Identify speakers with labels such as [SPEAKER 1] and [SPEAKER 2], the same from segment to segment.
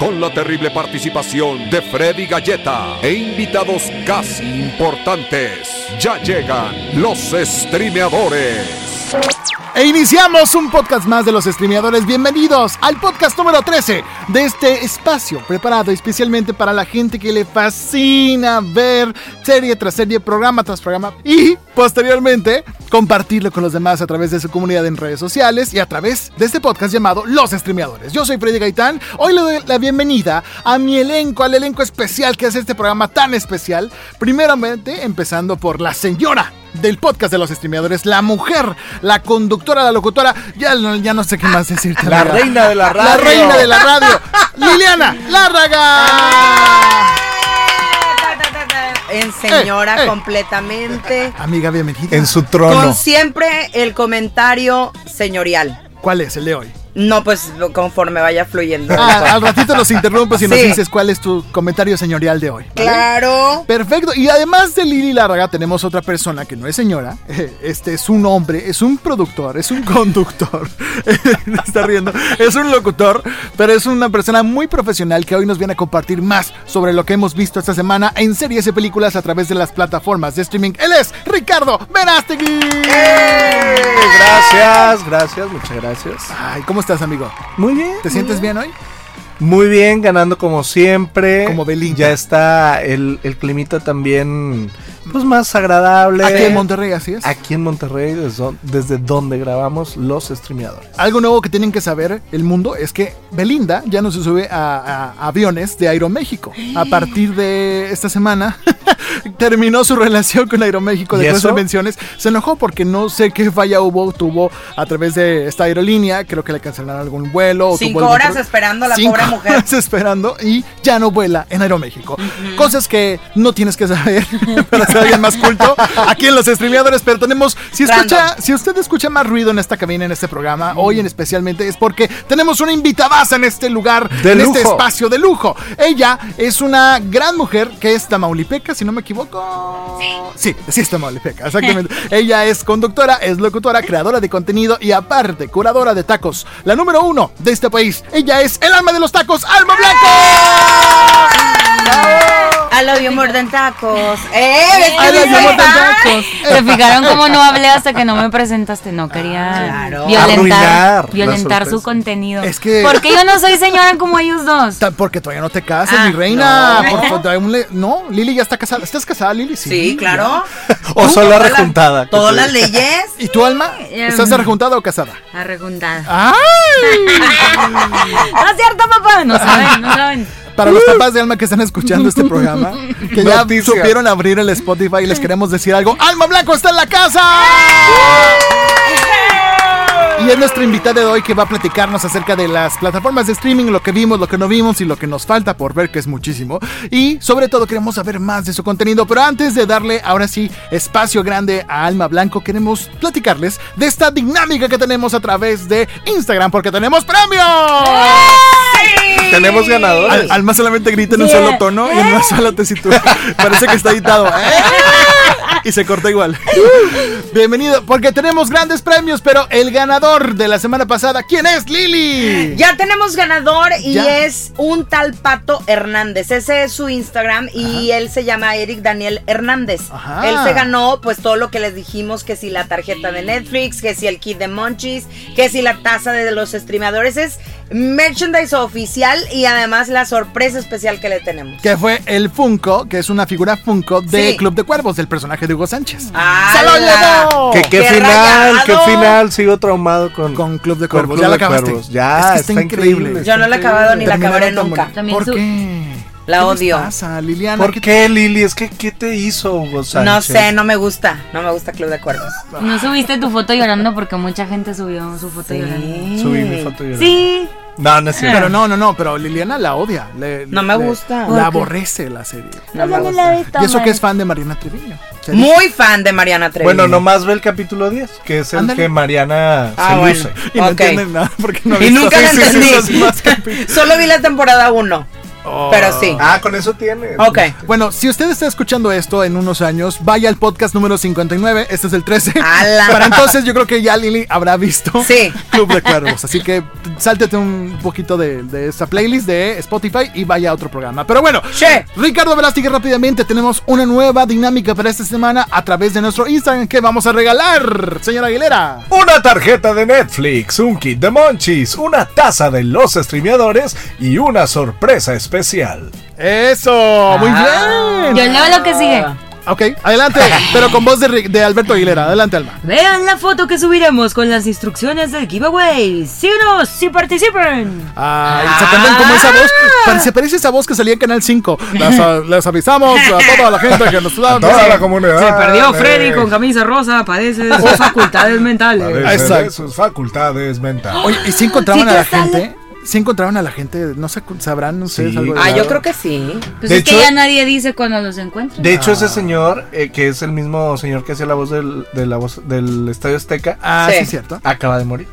[SPEAKER 1] con la terrible participación de Freddy Galleta e invitados casi importantes. Ya llegan los streameadores.
[SPEAKER 2] E iniciamos un podcast más de los streameadores. Bienvenidos al podcast número 13 de este espacio preparado especialmente para la gente que le fascina ver serie tras serie, programa tras programa y posteriormente compartirlo con los demás a través de su comunidad en redes sociales y a través de este podcast llamado Los Streameadores. Yo soy Freddy Gaitán. Hoy le doy la bienvenida a mi elenco, al elenco especial que hace este programa tan especial. Primeramente, empezando por la señora del podcast de los streameadores, la mujer, la conductora, la locutora, ya, no- ya no sé qué más decirte.
[SPEAKER 3] La
[SPEAKER 2] amiga.
[SPEAKER 3] reina de
[SPEAKER 2] La
[SPEAKER 3] la radio.
[SPEAKER 2] reina de la radio, Liliana Lárraga.
[SPEAKER 4] En señora
[SPEAKER 2] Eh, eh.
[SPEAKER 4] completamente.
[SPEAKER 2] Amiga, bienvenida.
[SPEAKER 3] En su
[SPEAKER 4] Con
[SPEAKER 3] trono.
[SPEAKER 4] siempre el comentario señorial.
[SPEAKER 2] ¿Cuál es el de hoy?
[SPEAKER 4] No, pues conforme vaya fluyendo.
[SPEAKER 2] Ah, al ratito nos interrumpes y nos
[SPEAKER 4] Sí.
[SPEAKER 2] dices cuál es tu comentario señorial de hoy. ¿vale?
[SPEAKER 4] claro.
[SPEAKER 2] Perfecto. Y además de Lili Larraga, tenemos otra persona que no es señora. Eh, Este es un hombre, es un productor, es un conductor. Me Está riendo. Es un locutor, pero es una persona muy profesional que hoy nos viene a compartir más sobre lo que hemos visto esta semana en series y películas a través de las plataformas de streaming. Él es Ricardo Verástegui.
[SPEAKER 3] ¡Eh! Gracias, gracias, muchas gracias.
[SPEAKER 2] Ay, ¿cómo estás, amigo?
[SPEAKER 3] Muy bien.
[SPEAKER 2] ¿Te sientes bien hoy?
[SPEAKER 3] Muy bien, ganando como siempre.
[SPEAKER 2] Como Belinda.
[SPEAKER 3] Ya está el, el climita también, pues más agradable.
[SPEAKER 2] Aquí en Monterrey, así es.
[SPEAKER 3] Aquí en Monterrey, desde, don- desde donde grabamos los streameadores.
[SPEAKER 2] Algo nuevo que tienen que saber el mundo es que Belinda ya no se sube a, a aviones de Aeroméxico. A partir de esta semana terminó su relación con Aeroméxico
[SPEAKER 3] ¿Y
[SPEAKER 2] después de
[SPEAKER 3] eso?
[SPEAKER 2] subvenciones. Se enojó porque no sé qué falla hubo, tuvo a través de esta aerolínea. Creo que le cancelaron algún vuelo. o
[SPEAKER 4] Cinco
[SPEAKER 2] tuvo algún
[SPEAKER 4] horas
[SPEAKER 2] pro-
[SPEAKER 4] esperando a la
[SPEAKER 2] Cinco
[SPEAKER 4] pobre mujer.
[SPEAKER 2] horas esperando y ya no vuela en Aeroméxico. Cosas que no tienes que saber para ser alguien más culto aquí en los streameadores, pero tenemos, si escucha,
[SPEAKER 4] Random.
[SPEAKER 2] si usted escucha más ruido en esta cabina, en este programa, hoy en especialmente, es porque tenemos una invitadaza en este lugar,
[SPEAKER 3] De
[SPEAKER 2] en este
[SPEAKER 3] lujo.
[SPEAKER 2] espacio de lujo. Ella es una gran mujer que es tamaulipeca, si no me equivoco. Sí, sí, es tamaulipeca, exactamente. Ella es conductora, es locutora, creadora de contenido y aparte, curadora de tacos. La número uno de este país. Ella es el alma de los tacos, Alma Blanco.
[SPEAKER 4] I love you more than tacos. ¡Eh! ¿ves
[SPEAKER 2] I
[SPEAKER 4] que
[SPEAKER 2] love you
[SPEAKER 4] dice?
[SPEAKER 2] more than
[SPEAKER 4] Ah,
[SPEAKER 2] tacos.
[SPEAKER 5] ¿Se fijaron cómo no hablé hasta que no me presentaste? No quería
[SPEAKER 4] Claro.
[SPEAKER 5] violentar,
[SPEAKER 3] Arruinar la
[SPEAKER 5] violentar su
[SPEAKER 3] sorpresa.
[SPEAKER 5] contenido.
[SPEAKER 2] Es que-
[SPEAKER 5] Porque yo no soy señora como ellos dos.
[SPEAKER 2] Ta- Porque todavía no te casas,
[SPEAKER 5] Ah,
[SPEAKER 2] mi reina.
[SPEAKER 5] no.
[SPEAKER 2] Por favor, da un le- no, Lili ya está casada. ¿Estás casada, Lili?
[SPEAKER 4] Sí, claro.
[SPEAKER 3] O
[SPEAKER 4] Tú,
[SPEAKER 3] solo
[SPEAKER 4] todas las-
[SPEAKER 3] rejuntada. que
[SPEAKER 4] Todas
[SPEAKER 3] se-
[SPEAKER 4] las leyes.
[SPEAKER 2] ¿Y tu alma? ¿Estás
[SPEAKER 5] em.
[SPEAKER 2] rejuntada o casada?
[SPEAKER 5] Arreguntada.
[SPEAKER 2] ¡Ay!
[SPEAKER 5] No es cierto, papá. No saben, no saben.
[SPEAKER 2] Para los papás de alma que están escuchando este programa, que ya supieron abrir el Spotify, les queremos decir algo. ¡Alma Blanco está en la casa! Y es nuestra invitada de hoy que va a platicarnos acerca de las plataformas de streaming, lo que vimos, lo que no vimos y lo que nos falta por ver, que es muchísimo. Y sobre todo queremos saber más de su contenido. Pero antes de darle ahora sí espacio grande a Alma Blanco, queremos platicarles de esta dinámica que tenemos a través de Instagram, porque tenemos premios.
[SPEAKER 3] Tenemos
[SPEAKER 2] Al-
[SPEAKER 3] ganadores.
[SPEAKER 2] Alma solamente grita en un
[SPEAKER 5] Yeah.
[SPEAKER 2] solo tono y en
[SPEAKER 4] Eh.
[SPEAKER 2] una sola tesitura. Parece que está editado. ¡Eh! Y se corta igual. Bienvenido, porque tenemos grandes premios, pero el ganador de la semana pasada, ¿quién es Lili?
[SPEAKER 4] Ya tenemos ganador y
[SPEAKER 2] Ya.
[SPEAKER 4] es un tal Pato Hernández. Ese es su Instagram y él se llama Eric Daniel Hernández.
[SPEAKER 2] Ajá.
[SPEAKER 4] Él se ganó pues todo lo que les dijimos, que si la tarjeta de Netflix, que si el kit de Munchies, que si la taza de los streamadores. Es merchandise oficial y además la sorpresa especial que le tenemos.
[SPEAKER 2] Que fue el Funko, que es una figura Funko de
[SPEAKER 4] Sí.
[SPEAKER 2] Club de Cuervos, del personaje de Hugo Sánchez.
[SPEAKER 4] ¡Hala!
[SPEAKER 2] ¡Se lo llevó!
[SPEAKER 3] Que qué
[SPEAKER 4] ¡Qué
[SPEAKER 3] final, qué
[SPEAKER 4] rayado!
[SPEAKER 3] final. Sigo traumado con,
[SPEAKER 2] Con Club de
[SPEAKER 3] con
[SPEAKER 2] Cuervos.
[SPEAKER 3] Club
[SPEAKER 2] ya la
[SPEAKER 3] de
[SPEAKER 2] acabaste.
[SPEAKER 3] Cuervos. Ya,
[SPEAKER 2] Es que
[SPEAKER 3] está increíble.
[SPEAKER 2] está
[SPEAKER 4] Yo no la he
[SPEAKER 2] increíble.
[SPEAKER 4] acabado ni la
[SPEAKER 2] Terminaron
[SPEAKER 4] acabaré
[SPEAKER 2] tan
[SPEAKER 4] nunca.
[SPEAKER 2] bonito.
[SPEAKER 5] También
[SPEAKER 2] ¿Por
[SPEAKER 5] su-
[SPEAKER 2] qué?
[SPEAKER 4] La
[SPEAKER 2] ¿Qué les
[SPEAKER 4] odio.
[SPEAKER 2] pasa, Liliana?
[SPEAKER 3] ¿Por
[SPEAKER 2] ¿Qué-
[SPEAKER 3] qué, Lili? Es que, ¿qué te hizo Hugo Sánchez?
[SPEAKER 4] No sé, no me gusta. No me gusta Club de Cuervos.
[SPEAKER 5] No subiste tu foto llorando porque mucha gente subió su foto llorando.
[SPEAKER 3] Subí mi foto y
[SPEAKER 5] Sí.
[SPEAKER 3] No, no es cierto.
[SPEAKER 2] Pero no, no, no, pero Liliana la odia. le-
[SPEAKER 4] Ah. No me
[SPEAKER 2] le-
[SPEAKER 4] gusta.
[SPEAKER 2] La aborrece la serie.
[SPEAKER 4] No me
[SPEAKER 5] Pásame
[SPEAKER 4] gusta.
[SPEAKER 5] la de esta,
[SPEAKER 2] Y eso que
[SPEAKER 5] madre.
[SPEAKER 2] es fan de Mariana Treviño. Se dice.
[SPEAKER 4] Muy fan de Mariana Treviño.
[SPEAKER 3] Bueno, nomás ve el capítulo 10, que es el
[SPEAKER 2] Ándale.
[SPEAKER 3] que Mariana
[SPEAKER 4] Ah,
[SPEAKER 3] se
[SPEAKER 4] bueno.
[SPEAKER 3] luce.
[SPEAKER 2] Y no
[SPEAKER 4] Ok.
[SPEAKER 2] entienden nada porque no
[SPEAKER 4] Y
[SPEAKER 2] ves
[SPEAKER 4] nunca la
[SPEAKER 2] los- sí, sí,
[SPEAKER 4] entendí.
[SPEAKER 2] los más capítulos.
[SPEAKER 4] Solo vi la temporada 1. Pero sí.
[SPEAKER 3] Ah, con eso tiene.
[SPEAKER 4] Ok.
[SPEAKER 2] Bueno, si usted está escuchando esto en unos años, vaya al podcast número 59, este es el 13.
[SPEAKER 4] ¡Ala!
[SPEAKER 2] Para entonces yo creo que ya Lili habrá visto
[SPEAKER 4] Sí.
[SPEAKER 2] Club de Cuervos. Así que sáltete un poquito de, de esa playlist de Spotify y vaya a otro programa. Pero bueno,
[SPEAKER 4] Che.
[SPEAKER 2] Ricardo Velázquez, rápidamente tenemos una nueva dinámica para esta semana a través de nuestro Instagram que vamos a regalar, señora Aguilera.
[SPEAKER 3] Una tarjeta de Netflix, un kit de Monchis, una taza de los streameadores y una sorpresa especial.
[SPEAKER 2] Eso, muy
[SPEAKER 4] Ah.
[SPEAKER 2] bien.
[SPEAKER 5] Yo leo lo que sigue.
[SPEAKER 2] Ok, adelante, pero con voz de, Ri- de Alberto Aguilera. Adelante, Alma.
[SPEAKER 5] Vean la foto que subiremos con las instrucciones del giveaway. Síguenos si participen.
[SPEAKER 2] Ay,
[SPEAKER 4] Ah.
[SPEAKER 2] ¿se acuerdan cómo esa voz? Pare- Se parece esa voz que salía en Canal 5. Las, a- les avisamos a toda la gente que nos da.
[SPEAKER 3] Toda la comunidad.
[SPEAKER 5] Se perdió Freddy
[SPEAKER 3] eh,
[SPEAKER 5] con camisa rosa, padece de sus facultades mentales.
[SPEAKER 3] padece de
[SPEAKER 2] Exacto.
[SPEAKER 3] sus facultades mentales.
[SPEAKER 2] Oye, ¿y si encontraban
[SPEAKER 5] Sí,
[SPEAKER 2] a la
[SPEAKER 5] ya sale.
[SPEAKER 2] gente? Si encontraban a la gente, no sé, sabrán ustedes
[SPEAKER 3] Sí,
[SPEAKER 2] algo de
[SPEAKER 4] Ah, yo
[SPEAKER 3] Claro.
[SPEAKER 4] creo que sí.
[SPEAKER 5] Pues
[SPEAKER 3] De
[SPEAKER 5] es
[SPEAKER 3] hecho-
[SPEAKER 5] que ya nadie dice cuando los encuentran.
[SPEAKER 3] De hecho, ese señor, eh, que es el mismo señor que hacía la voz del, de la voz del Estadio Azteca,
[SPEAKER 2] Ah, sí,
[SPEAKER 4] Sí.
[SPEAKER 2] es cierto.
[SPEAKER 3] acaba de morir.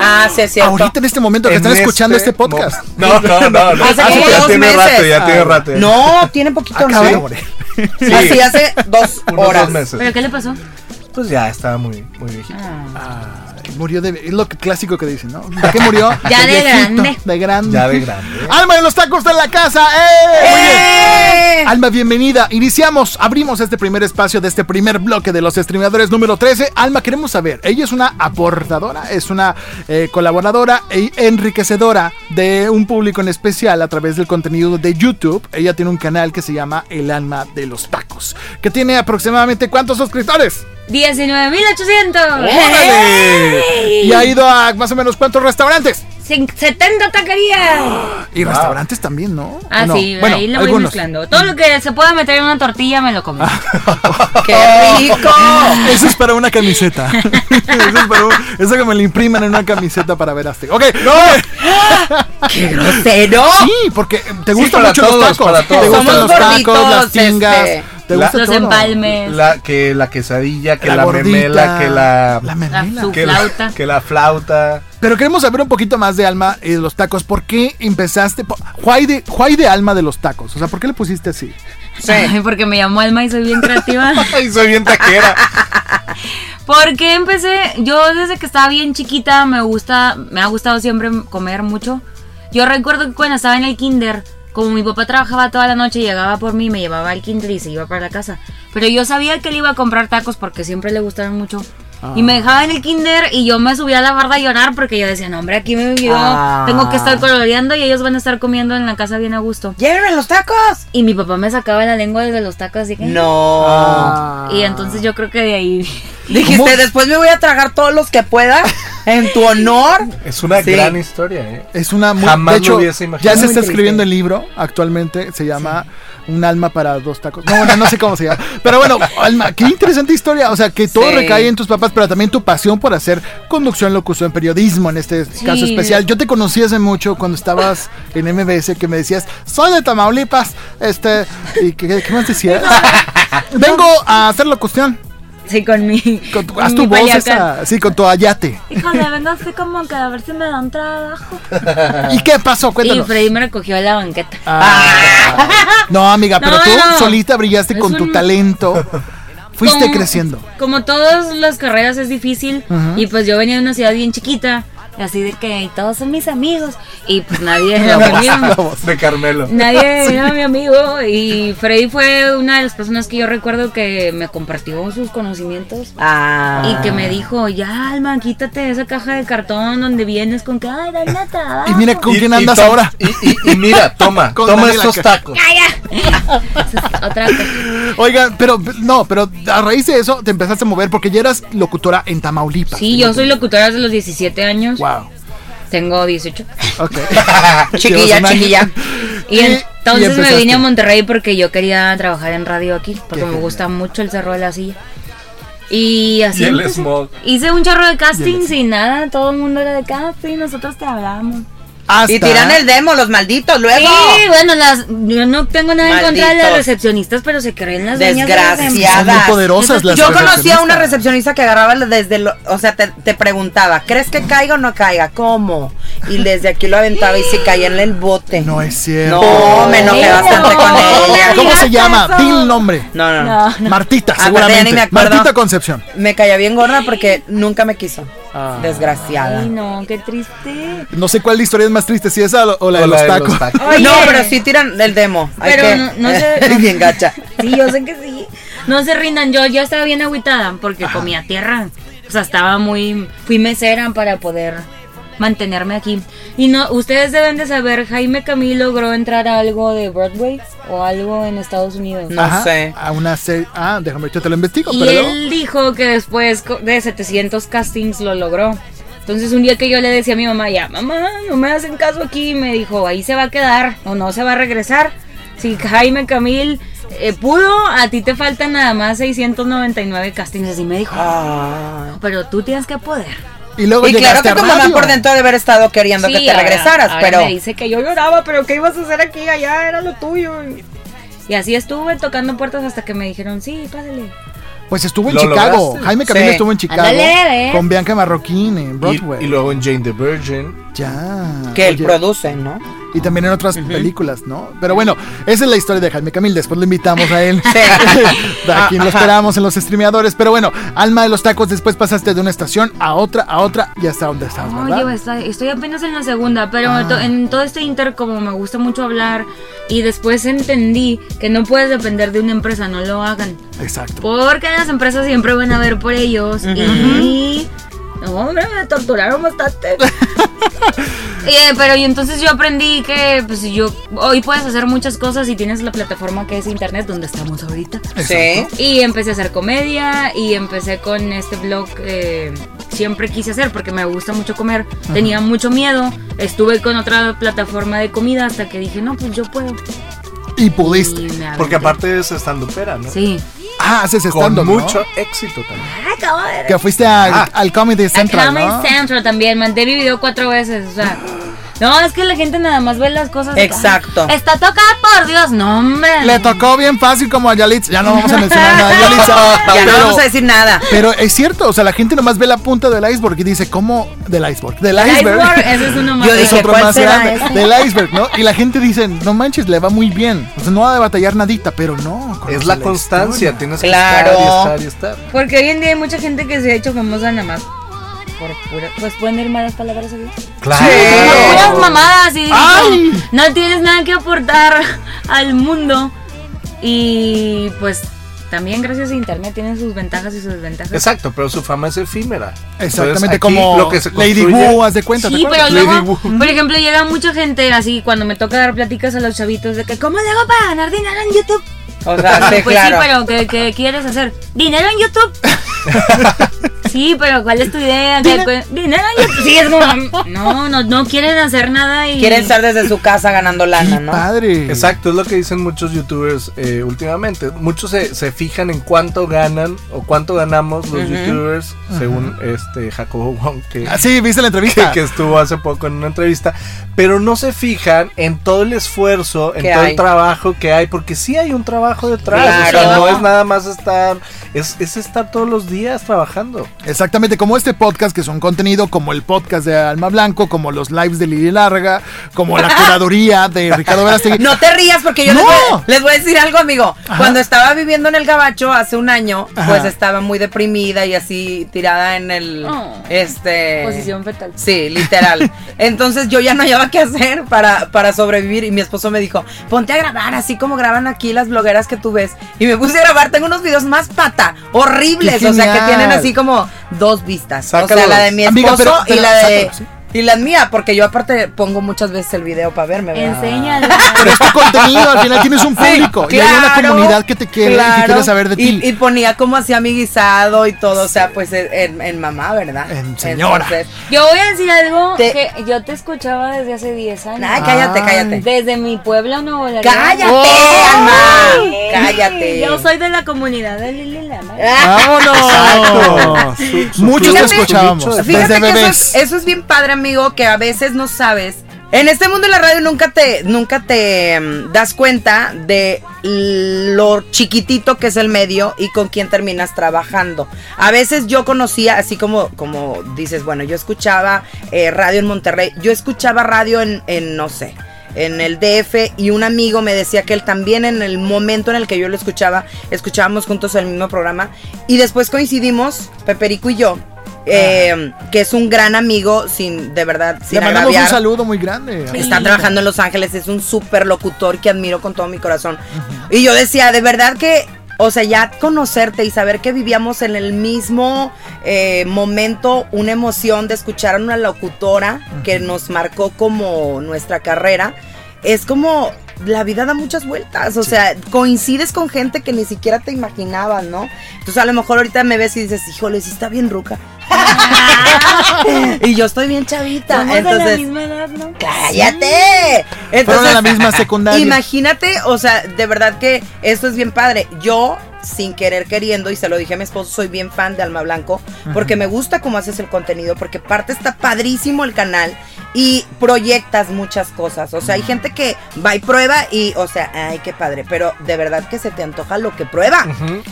[SPEAKER 4] Ah, sí, es cierto.
[SPEAKER 2] Ahorita en este momento que
[SPEAKER 3] En
[SPEAKER 2] están escuchando
[SPEAKER 3] este
[SPEAKER 2] este podcast.
[SPEAKER 3] mo- No, no, no. no.
[SPEAKER 4] Hace
[SPEAKER 3] Ah,
[SPEAKER 4] como
[SPEAKER 3] sí, ya
[SPEAKER 4] dos
[SPEAKER 3] tiene
[SPEAKER 4] meses.
[SPEAKER 3] rato, ya tiene
[SPEAKER 2] Ah,
[SPEAKER 3] rato. ya. Ah,
[SPEAKER 4] No, tiene poquito,
[SPEAKER 2] Acaba de
[SPEAKER 4] ¿no?
[SPEAKER 2] morir.
[SPEAKER 3] Sí,
[SPEAKER 4] Así hace dos
[SPEAKER 3] unos
[SPEAKER 4] horas.
[SPEAKER 3] dos meses.
[SPEAKER 5] ¿Pero qué le pasó?
[SPEAKER 3] Pues ya estaba muy, muy viejito.
[SPEAKER 5] Ah.
[SPEAKER 2] Ay, Murió de. Es lo que- clásico que dicen, ¿no? ¿De qué murió?
[SPEAKER 5] Ya de
[SPEAKER 2] viejito,
[SPEAKER 5] grande.
[SPEAKER 2] De grande.
[SPEAKER 3] Ya de grande.
[SPEAKER 2] Alma de los tacos de la casa. ¡Eh! Muy bien.
[SPEAKER 4] ¡Eh!
[SPEAKER 2] Alma, bienvenida. Iniciamos, abrimos este primer espacio de este primer bloque de los streameadores número 13. Alma, queremos saber, ella es una aportadora, es una eh, colaboradora e enriquecedora de un público en especial a través del contenido de YouTube. Ella tiene un canal que se llama El Alma de los Tacos, que tiene aproximadamente ¿cuántos suscriptores?
[SPEAKER 5] 19.800.
[SPEAKER 2] ¡Órale! Y ha ido a más o menos cuántos restaurantes.
[SPEAKER 5] Cin- 70 taquerías.
[SPEAKER 2] Y restaurantes también, ¿no?
[SPEAKER 5] Ah,
[SPEAKER 2] ¿O Ah, no?
[SPEAKER 5] sí,
[SPEAKER 2] Bueno,
[SPEAKER 5] ahí lo voy
[SPEAKER 2] algunos. Ah,
[SPEAKER 5] mezclando. Todo lo que se pueda meter en una tortilla me lo como.
[SPEAKER 4] ¡Qué rico!
[SPEAKER 2] Eso es para una camiseta. Eso es para un- eso que me lo impriman en una camiseta para ver así. Ok, no.
[SPEAKER 4] Ah, ¡Qué grosero!
[SPEAKER 2] Sí, porque eh, te gustan
[SPEAKER 3] para
[SPEAKER 2] mucho
[SPEAKER 3] todos,
[SPEAKER 2] los tacos.
[SPEAKER 3] para todos.
[SPEAKER 2] Te gustan
[SPEAKER 4] Somos
[SPEAKER 2] los tacos,
[SPEAKER 4] gorditos,
[SPEAKER 2] las tingas.
[SPEAKER 4] este,
[SPEAKER 2] te
[SPEAKER 3] la-
[SPEAKER 2] gusta
[SPEAKER 5] Los
[SPEAKER 2] todo.
[SPEAKER 5] empalmes, la,
[SPEAKER 3] La, que la quesadilla, que la,
[SPEAKER 2] gordita,
[SPEAKER 3] memela, que la...
[SPEAKER 2] la memela.
[SPEAKER 5] su
[SPEAKER 3] que
[SPEAKER 5] flauta.
[SPEAKER 3] La, que la flauta.
[SPEAKER 2] Pero queremos saber un poquito más de Alma y de los tacos. ¿Por qué empezaste? Po- Why de, why de Alma de los tacos? O sea, ¿por qué le pusiste así?
[SPEAKER 5] Ay, porque me llamó Alma y soy bien creativa.
[SPEAKER 3] Ay, soy bien taquera.
[SPEAKER 5] Porque empecé, yo desde que estaba bien chiquita me gusta, me ha gustado siempre comer mucho. Yo recuerdo que cuando estaba en el kinder, como mi papá trabajaba toda la noche, llegaba por mí, me llevaba al kinder y se iba para la casa. Pero yo sabía que él iba a comprar tacos porque siempre le gustaron mucho. Y
[SPEAKER 4] Ah.
[SPEAKER 5] me dejaba en el kinder y yo me subía a la barda a llorar porque yo decía, no hombre, aquí me vivió,
[SPEAKER 4] Ah.
[SPEAKER 5] tengo que estar coloreando y ellos van a estar comiendo en la casa bien a gusto.
[SPEAKER 4] ¡Llévenme los tacos!
[SPEAKER 5] Y mi papá me sacaba la lengua desde los tacos, así que...
[SPEAKER 4] No.
[SPEAKER 3] Ah.
[SPEAKER 5] Y entonces yo creo que de ahí...
[SPEAKER 4] Dijiste, después me voy a tragar todos los que pueda en tu honor.
[SPEAKER 3] Es una
[SPEAKER 4] Sí.
[SPEAKER 3] gran historia, ¿eh?
[SPEAKER 2] Es una muy,
[SPEAKER 3] Jamás
[SPEAKER 2] de
[SPEAKER 3] lo
[SPEAKER 2] hecho,
[SPEAKER 3] hubiese imaginado.
[SPEAKER 2] ya se
[SPEAKER 4] Muy
[SPEAKER 2] está
[SPEAKER 4] triste.
[SPEAKER 2] escribiendo el libro actualmente, se llama Un alma para dos tacos. No, no, no sé cómo se llama. Pero bueno, Alma, qué interesante historia, o sea, que todo
[SPEAKER 4] Sí.
[SPEAKER 2] recae en tus papás, pero también tu pasión por hacer conducción, locución, periodismo en este caso especial. Yo te conocí hace mucho cuando estabas en MBS que me decías, "Soy de Tamaulipas", este, y qué, qué más decías? Vengo a hacer locución.
[SPEAKER 5] Sí, con mi.
[SPEAKER 2] Con tu-
[SPEAKER 5] con
[SPEAKER 2] haz
[SPEAKER 5] mi
[SPEAKER 2] tu voz
[SPEAKER 5] paliacán.
[SPEAKER 2] esa, sí, con tu ayate.
[SPEAKER 5] Híjole, vengo así como que a ver si me dan trabajo.
[SPEAKER 2] ¿Y qué pasó?
[SPEAKER 5] Y
[SPEAKER 2] Cuéntanos.
[SPEAKER 5] Freddy me recogió de la banqueta.
[SPEAKER 2] No, amiga, pero
[SPEAKER 5] No,
[SPEAKER 2] tú
[SPEAKER 5] no.
[SPEAKER 2] solita brillaste
[SPEAKER 5] Es
[SPEAKER 2] con tu
[SPEAKER 5] un-
[SPEAKER 2] talento. Fuiste
[SPEAKER 5] Como-
[SPEAKER 2] creciendo.
[SPEAKER 5] Como todas las carreras es difícil.
[SPEAKER 2] Ujú.
[SPEAKER 5] Y pues yo venía de una ciudad bien chiquita. Así de que "Y todos son mis amigos. Y pues nadie era mi amigo.
[SPEAKER 3] De Carmelo.
[SPEAKER 5] Nadie era mi amigo. Y Freddy fue una de las personas que yo recuerdo que me compartió sus conocimientos.
[SPEAKER 4] Ah.
[SPEAKER 5] Y que me dijo, ya, Alma, quítate esa caja de cartón donde vienes con que, ay, dale trabajo.
[SPEAKER 2] Y mira con
[SPEAKER 3] Y-
[SPEAKER 2] quién
[SPEAKER 3] y
[SPEAKER 2] andas
[SPEAKER 3] to-
[SPEAKER 2] ahora.
[SPEAKER 3] Y, y- y mira, toma,
[SPEAKER 2] Con
[SPEAKER 3] toma
[SPEAKER 2] Daniela
[SPEAKER 3] estos
[SPEAKER 2] Ca-
[SPEAKER 3] tacos.
[SPEAKER 5] Esa es Otra cosa.
[SPEAKER 2] Oiga, pero no, pero a raíz de eso te empezaste a mover porque ya eras locutora en Tamaulipas.
[SPEAKER 5] Sí, yo soy locutora desde los 17 años.
[SPEAKER 2] Wow.
[SPEAKER 5] Tengo 18.
[SPEAKER 2] Ok. Llevas
[SPEAKER 4] Chiquilla,
[SPEAKER 2] un año.
[SPEAKER 4] chiquilla.
[SPEAKER 5] Y,
[SPEAKER 2] Y- y
[SPEAKER 5] entonces me
[SPEAKER 2] empezaste.
[SPEAKER 5] vine a Monterrey porque yo quería trabajar en radio aquí, porque
[SPEAKER 2] Qué
[SPEAKER 5] me gusta mucho el Cerro de la Silla. Y así.
[SPEAKER 3] Y el
[SPEAKER 5] empecé.
[SPEAKER 3] smog.
[SPEAKER 5] Hice un charro de casting sin nada, todo el mundo era de casting, nosotros te hablamos.
[SPEAKER 2] Hasta-
[SPEAKER 4] Y tiran el demo, los malditos, luego.
[SPEAKER 5] Sí, bueno, las, yo no tengo nada en contra de las
[SPEAKER 4] Malditos.
[SPEAKER 5] recepcionistas, pero se creen las dueñas de las em-
[SPEAKER 4] Desgraciadas.
[SPEAKER 2] Son muy poderosas las
[SPEAKER 4] Yo conocí a una
[SPEAKER 2] recepcionistas.
[SPEAKER 4] recepcionista que agarraba desde lo, o sea, te, te preguntaba, ¿crees que caiga o no caiga? ¿Cómo? Y desde aquí lo aventaba y se caía en el bote.
[SPEAKER 2] No es cierto.
[SPEAKER 4] No, me enojé
[SPEAKER 5] No.
[SPEAKER 4] bastante con ella.
[SPEAKER 2] ¿Cómo se
[SPEAKER 5] Digas
[SPEAKER 2] llama?
[SPEAKER 5] eso.
[SPEAKER 2] Dil nombre.
[SPEAKER 4] No, no, no.
[SPEAKER 5] No,
[SPEAKER 2] Martita,
[SPEAKER 4] Ah, perdón, ya ni
[SPEAKER 2] seguramente.
[SPEAKER 4] me acuerdo.
[SPEAKER 2] Martita Concepción.
[SPEAKER 4] Me caía bien gorda porque nunca me quiso.
[SPEAKER 2] Ah.
[SPEAKER 4] Desgraciada.
[SPEAKER 5] Ay, no, qué triste.
[SPEAKER 2] No sé cuál de historia es más triste, si esa o- o la de
[SPEAKER 3] O
[SPEAKER 2] los tacos.
[SPEAKER 5] Oye.
[SPEAKER 4] No, pero sí tiran el demo. Hay
[SPEAKER 5] Pero
[SPEAKER 4] que-
[SPEAKER 5] no- no sé-
[SPEAKER 4] bien gacha.
[SPEAKER 5] Sí, yo sé que sí. No se rindan, yo ya estaba bien agüitada porque comía tierra. O sea, estaba muy... Fui mesera para poder mantenerme aquí. Y no, ustedes deben de saber, Jaime Camil logró entrar a algo de Broadway o algo en Estados Unidos.
[SPEAKER 4] No sé.
[SPEAKER 2] A una serie. Ah, déjame, yo te lo investigo,
[SPEAKER 5] Y
[SPEAKER 2] pero.
[SPEAKER 5] él dijo que después co- de 700 castings lo logró. Entonces un día que yo le decía a mi mamá, ya, mamá, no me hacen caso aquí, me dijo, ahí se va a quedar o no se va a regresar. Si Jaime Camil eh, pudo, a ti te faltan nada más 699 castings. Así me dijo,
[SPEAKER 4] Ah.
[SPEAKER 5] pero tú tienes que poder.
[SPEAKER 2] Y luego
[SPEAKER 4] Y claro que
[SPEAKER 2] llegaste
[SPEAKER 4] tu
[SPEAKER 2] a
[SPEAKER 4] mamá
[SPEAKER 2] radio.
[SPEAKER 4] por dentro de haber estado queriendo que
[SPEAKER 5] Sí,
[SPEAKER 4] te
[SPEAKER 5] ahora-
[SPEAKER 4] regresaras,
[SPEAKER 5] ahora
[SPEAKER 4] pero
[SPEAKER 5] Me dice que yo lloraba, pero ¿qué ibas a hacer aquí? Allá era lo tuyo. Y así estuve tocando puertas hasta que me dijeron, sí, pásale.
[SPEAKER 2] Pues estuvo en
[SPEAKER 3] ¿Lo
[SPEAKER 2] Chicago.
[SPEAKER 3] lograste?
[SPEAKER 2] Jaime Camil
[SPEAKER 4] Sí.
[SPEAKER 2] estuvo en Chicago.
[SPEAKER 5] Ándale, ¿eh?
[SPEAKER 2] Con Bianca Marroquín en Broadway. Ah,
[SPEAKER 3] Y, y luego en Jane the Virgin.
[SPEAKER 2] Ya.
[SPEAKER 4] que él
[SPEAKER 2] Oye,
[SPEAKER 4] produce, ¿no?
[SPEAKER 2] Y también en otras películas, ¿no? Pero bueno, esa es la historia de Jaime Camil. Después lo invitamos a él.
[SPEAKER 4] Sí.
[SPEAKER 2] a quien lo esperamos en los streameadores. Pero bueno, Alma de los Tacos, después pasaste de una estación a otra, a otra y hasta donde estás,
[SPEAKER 5] No,
[SPEAKER 2] ¿verdad?
[SPEAKER 5] yo esta- estoy apenas en la segunda, pero to- en todo este inter como me gusta mucho hablar y después entendí que no puedes depender de una empresa, no lo hagan.
[SPEAKER 2] Exacto.
[SPEAKER 5] Porque las empresas siempre van a ver por ellos y... No, hombre, me torturaron bastante. Eh, pero y entonces yo aprendí que pues yo hoy puedes hacer muchas cosas y tienes la plataforma que es internet donde estamos ahorita.
[SPEAKER 4] Sí.
[SPEAKER 5] Y empecé a hacer comedia y empecé con este blog que siempre quise hacer porque me gusta mucho comer. Tenía mucho miedo. Estuve con otra plataforma de comida hasta que dije, no, pues yo puedo.
[SPEAKER 2] Y pudiste.
[SPEAKER 5] Y me
[SPEAKER 3] Porque
[SPEAKER 5] aventé.
[SPEAKER 3] aparte es estando pera, ¿no?
[SPEAKER 5] Sí.
[SPEAKER 2] Ah, haces
[SPEAKER 3] Con
[SPEAKER 2] estando Ah,
[SPEAKER 3] mucho éxito también.
[SPEAKER 5] Acabo de
[SPEAKER 2] Que fuiste a-
[SPEAKER 3] Ah.
[SPEAKER 2] al Comedy Central,
[SPEAKER 5] Comedy
[SPEAKER 2] ¿no?
[SPEAKER 5] Central también, mandé mi video cuatro veces, o sea. No, es que la gente nada más ve las cosas. de-
[SPEAKER 4] Exacto.
[SPEAKER 5] Ay, Está tocada por Dios, no, hombre.
[SPEAKER 2] Le tocó bien fácil como a Yalitza. Ya no vamos a mencionar nada. Yalitza,
[SPEAKER 4] Ya no
[SPEAKER 2] pero-
[SPEAKER 4] vamos a decir nada.
[SPEAKER 2] Pero es cierto, o sea, la gente nomás ve la punta del iceberg y dice, ¿cómo? Del iceberg. Del
[SPEAKER 5] El
[SPEAKER 2] iceberg.
[SPEAKER 5] iceberg, ese es uno más.
[SPEAKER 4] Yo
[SPEAKER 2] Es
[SPEAKER 4] dije,
[SPEAKER 2] otro
[SPEAKER 4] ¿cuál
[SPEAKER 2] más
[SPEAKER 4] será
[SPEAKER 2] grande.
[SPEAKER 4] ese?
[SPEAKER 2] Del iceberg, ¿no? Y la gente dice, no manches, le va muy bien. O sea, no va a batallar nadita, pero no. conoce
[SPEAKER 3] Es la
[SPEAKER 2] pues historia.
[SPEAKER 3] constancia, tienes que
[SPEAKER 4] Claro.
[SPEAKER 3] estar y estar y estar.
[SPEAKER 5] Porque hoy en día hay mucha gente que se ha hecho famosa nada más por pura- pues pueden ir malas palabras a Dios. Por
[SPEAKER 3] Claro.
[SPEAKER 5] puras mamadas y digo,
[SPEAKER 2] ¡Ay!
[SPEAKER 5] no tienes nada que aportar al mundo. Y pues también gracias a internet tienen sus ventajas y sus desventajas.
[SPEAKER 3] Exacto, pero su fama es efímera. Entonces,
[SPEAKER 2] Exactamente,
[SPEAKER 3] aquí
[SPEAKER 2] como
[SPEAKER 3] lo que se
[SPEAKER 2] Lady
[SPEAKER 3] construye-
[SPEAKER 2] Wu, haz de cuenta. ¿te
[SPEAKER 5] Sí, pero
[SPEAKER 2] acuerdas?
[SPEAKER 5] luego, por ejemplo, llega mucha gente así cuando me toca dar pláticas a los chavitos de que ¿cómo le hago para ganar dinero en YouTube?
[SPEAKER 4] O sea, sí,
[SPEAKER 5] pues
[SPEAKER 4] Ah, claro.
[SPEAKER 5] sí, pero ¿qué, qué quieres hacer? ¿Dinero en YouTube? sí, pero ¿cuál es tu idea? ¿Qué- cu- ¿Dinero en YouTube? Sí, es como... No, no, no quieren hacer nada y...
[SPEAKER 4] Quieren estar desde su casa ganando lana,
[SPEAKER 2] Qué
[SPEAKER 4] ¿no?
[SPEAKER 2] padre.
[SPEAKER 3] Exacto, es lo que dicen muchos youtubers eh, últimamente. Muchos se, se fijan en cuánto ganan o cuánto ganamos los youtubers, según este Jacobo Wong, que,
[SPEAKER 2] Ah, sí, viste la
[SPEAKER 3] que,
[SPEAKER 2] entrevista.
[SPEAKER 3] que estuvo hace poco en una entrevista, pero no se fijan en todo el esfuerzo, en
[SPEAKER 4] Que
[SPEAKER 3] todo
[SPEAKER 4] hay.
[SPEAKER 3] el trabajo que hay, porque sí hay un trabajo detrás, o sea,
[SPEAKER 4] Claro.
[SPEAKER 3] no es nada más estar, es, es estar todos los días trabajando.
[SPEAKER 2] Exactamente, como este podcast, que son contenido como el podcast de Alma Blanco, como los lives de Lili Larga, como la curaduría de Ricardo Verástegui.
[SPEAKER 4] No te rías porque yo
[SPEAKER 2] No.
[SPEAKER 4] les, voy, les voy a decir algo, amigo. Cuando estaba viviendo en el Gabacho hace un año, pues estaba muy deprimida y así tirada en el
[SPEAKER 5] Oh.
[SPEAKER 4] este
[SPEAKER 5] Posición fetal.
[SPEAKER 4] Sí, literal. Entonces yo ya no hallaba qué hacer para, para sobrevivir y mi esposo me dijo, ponte a grabar así como graban aquí las blogueras que tú ves. Y me puse a grabar, tengo unos videos más pata, horribles,
[SPEAKER 2] ¡Qué
[SPEAKER 4] o sea que
[SPEAKER 2] genial!
[SPEAKER 4] tienen así como dos vistas. O
[SPEAKER 3] Sácalos.
[SPEAKER 4] sea, la de mi
[SPEAKER 2] Amiga,
[SPEAKER 4] esposo
[SPEAKER 2] pero- pero
[SPEAKER 4] y la de...
[SPEAKER 2] sácalos, sí.
[SPEAKER 4] Y la mía, porque yo aparte pongo muchas veces el video para verme. ¿verdad?
[SPEAKER 5] Enséñale.
[SPEAKER 2] Pero es tu Este contenido, al final tienes un
[SPEAKER 4] Sí,
[SPEAKER 2] público y hay una
[SPEAKER 4] claro,
[SPEAKER 2] comunidad que te quiere y que
[SPEAKER 4] claro.
[SPEAKER 2] quiere saber de ti.
[SPEAKER 4] Y, y ponía como hacía mi guisado y todo, o sea, pues en, en- en mamá, ¿verdad?
[SPEAKER 2] En señora.
[SPEAKER 4] Entonces,
[SPEAKER 5] Yo voy a decir algo
[SPEAKER 4] Te-
[SPEAKER 5] que yo te escuchaba desde hace 10 años.
[SPEAKER 4] ay, cállate,
[SPEAKER 2] Ay.
[SPEAKER 4] cállate.
[SPEAKER 5] Desde mi pueblo Nuevo Laredo.
[SPEAKER 4] Cállate,
[SPEAKER 2] Oh.
[SPEAKER 4] Alma.
[SPEAKER 5] Ay,
[SPEAKER 4] Cállate. Ah,
[SPEAKER 5] Yo soy de la comunidad de Lili Lama.
[SPEAKER 2] ¡Vámonos!
[SPEAKER 3] Su- su-
[SPEAKER 2] Muchos
[SPEAKER 3] su-
[SPEAKER 2] te
[SPEAKER 4] Fíjate-
[SPEAKER 2] escuchábamos
[SPEAKER 3] su- su-
[SPEAKER 2] desde
[SPEAKER 4] Fíjate que eso
[SPEAKER 2] bebés.
[SPEAKER 4] es, eso es bien padre, amigo, que a veces no sabes En este mundo de la radio nunca te, nunca te mm, das cuenta de lo chiquitito que es el medio y con quién terminas trabajando. A veces yo conocía, así como, como dices, bueno, yo escuchaba eh, radio en Monterrey, yo escuchaba radio en, en, no sé, en el DF y un amigo me decía que él también en el momento en el que yo lo escuchaba, escuchábamos juntos el mismo programa y después coincidimos, Peperico y yo. eh, que es un gran amigo, sin de verdad, sin
[SPEAKER 2] Le mandamos un
[SPEAKER 4] agraviar.
[SPEAKER 2] saludo muy grande.
[SPEAKER 5] Sí.
[SPEAKER 4] Está trabajando en Los Ángeles, es un super locutor que admiro con todo mi corazón. Y yo decía, de verdad que, o sea, ya conocerte y saber que vivíamos en el mismo eh, momento una emoción de escuchar a una locutora que nos marcó como nuestra carrera, es como la vida da muchas vueltas, o sea, coincides con gente que ni siquiera te imaginabas, ¿no? Entonces a lo mejor ahorita me ves y dices, híjole, sí está bien ruca. y yo estoy bien chavita.
[SPEAKER 5] Somos de la
[SPEAKER 4] Entonces,
[SPEAKER 5] misma edad, ¿no?
[SPEAKER 4] ¡Cállate!
[SPEAKER 2] Fueron a
[SPEAKER 4] Entonces,
[SPEAKER 2] la misma secundaria.
[SPEAKER 4] imagínate, o sea, de verdad que esto es bien padre. Yo, sin querer queriendo, y se lo dije a mi esposo, soy bien fan de Alma Blanco, porque me gusta cómo haces el contenido, porque parte está padrísimo el canal y proyectas muchas cosas. O sea, hay gente que va y prueba y, o sea, ay, qué padre, pero de verdad que se te antoja lo que prueba.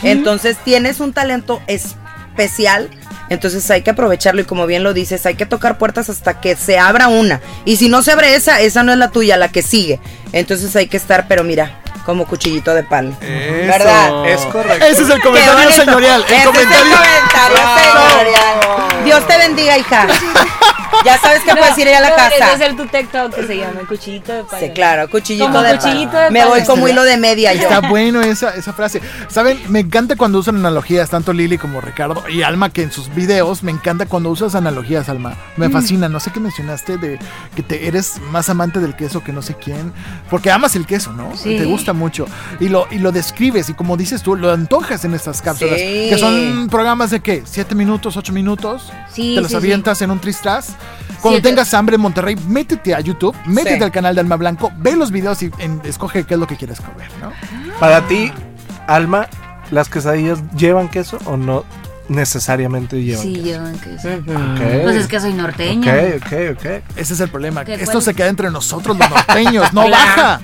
[SPEAKER 4] Entonces, tienes un talento especial. Entonces hay que aprovecharlo y como bien lo dices, hay que tocar puertas hasta que se abra una. Y si no se abre esa, esa no es la tuya, la que sigue. Entonces hay que estar, pero mira, como cuchillito de palo. ¿Verdad?
[SPEAKER 3] Es correcto.
[SPEAKER 2] Ese es el
[SPEAKER 4] Qué
[SPEAKER 2] comentario
[SPEAKER 4] bonito.
[SPEAKER 2] señorial.
[SPEAKER 4] Ese es
[SPEAKER 2] El comentario.
[SPEAKER 4] señorial. Dios te bendiga, hija. ya sabes que puedes ir ya a la
[SPEAKER 5] Deberías
[SPEAKER 4] casa.
[SPEAKER 5] hacer tu TikTok que se llama Cuchillito de Palo.
[SPEAKER 4] Sí, claro, cuchillito,
[SPEAKER 5] Como
[SPEAKER 4] de,
[SPEAKER 5] cuchillito
[SPEAKER 4] palo.
[SPEAKER 5] de
[SPEAKER 4] Me
[SPEAKER 5] palo.
[SPEAKER 4] voy como hilo de media yo.
[SPEAKER 2] Está bueno esa, esa frase. Saben, me encanta cuando usan analogías, tanto Lili como Ricardo y Alma, que en sus videos me encanta cuando usas analogías, Alma.
[SPEAKER 4] Mm.
[SPEAKER 2] Me fascina. No sé qué mencionaste de que te eres más amante del queso que no sé quién. Porque amas el queso, ¿no?
[SPEAKER 5] Sí.
[SPEAKER 2] Te gusta mucho. Y lo, y lo describes, y como dices tú, lo antojas en estas cápsulas.
[SPEAKER 4] Sí.
[SPEAKER 2] Que son programas de qué? ¿Siete minutos, ocho minutos?
[SPEAKER 5] Sí,
[SPEAKER 2] Te los
[SPEAKER 5] sí, sí.
[SPEAKER 2] avientas en un tristras. Cuando
[SPEAKER 5] Siete.
[SPEAKER 2] tengas hambre en Monterrey, métete a YouTube, métete
[SPEAKER 4] Sí.
[SPEAKER 2] al canal de Alma Blanco, ve los videos y en- escoge qué es lo que quieres comer, ¿no?
[SPEAKER 3] Para ti, Alma, ¿las quesadillas llevan queso o no necesariamente llevan
[SPEAKER 5] Sí,
[SPEAKER 3] queso?
[SPEAKER 5] llevan queso.
[SPEAKER 4] Ujú.
[SPEAKER 3] Ok.
[SPEAKER 5] Pues es que soy norteña.
[SPEAKER 3] Ok, ok, ok.
[SPEAKER 2] Ese es el problema.
[SPEAKER 5] ¿Qué,
[SPEAKER 2] Esto
[SPEAKER 5] cuál?
[SPEAKER 2] se queda entre nosotros, los norteños. No
[SPEAKER 5] Claro.
[SPEAKER 2] baja.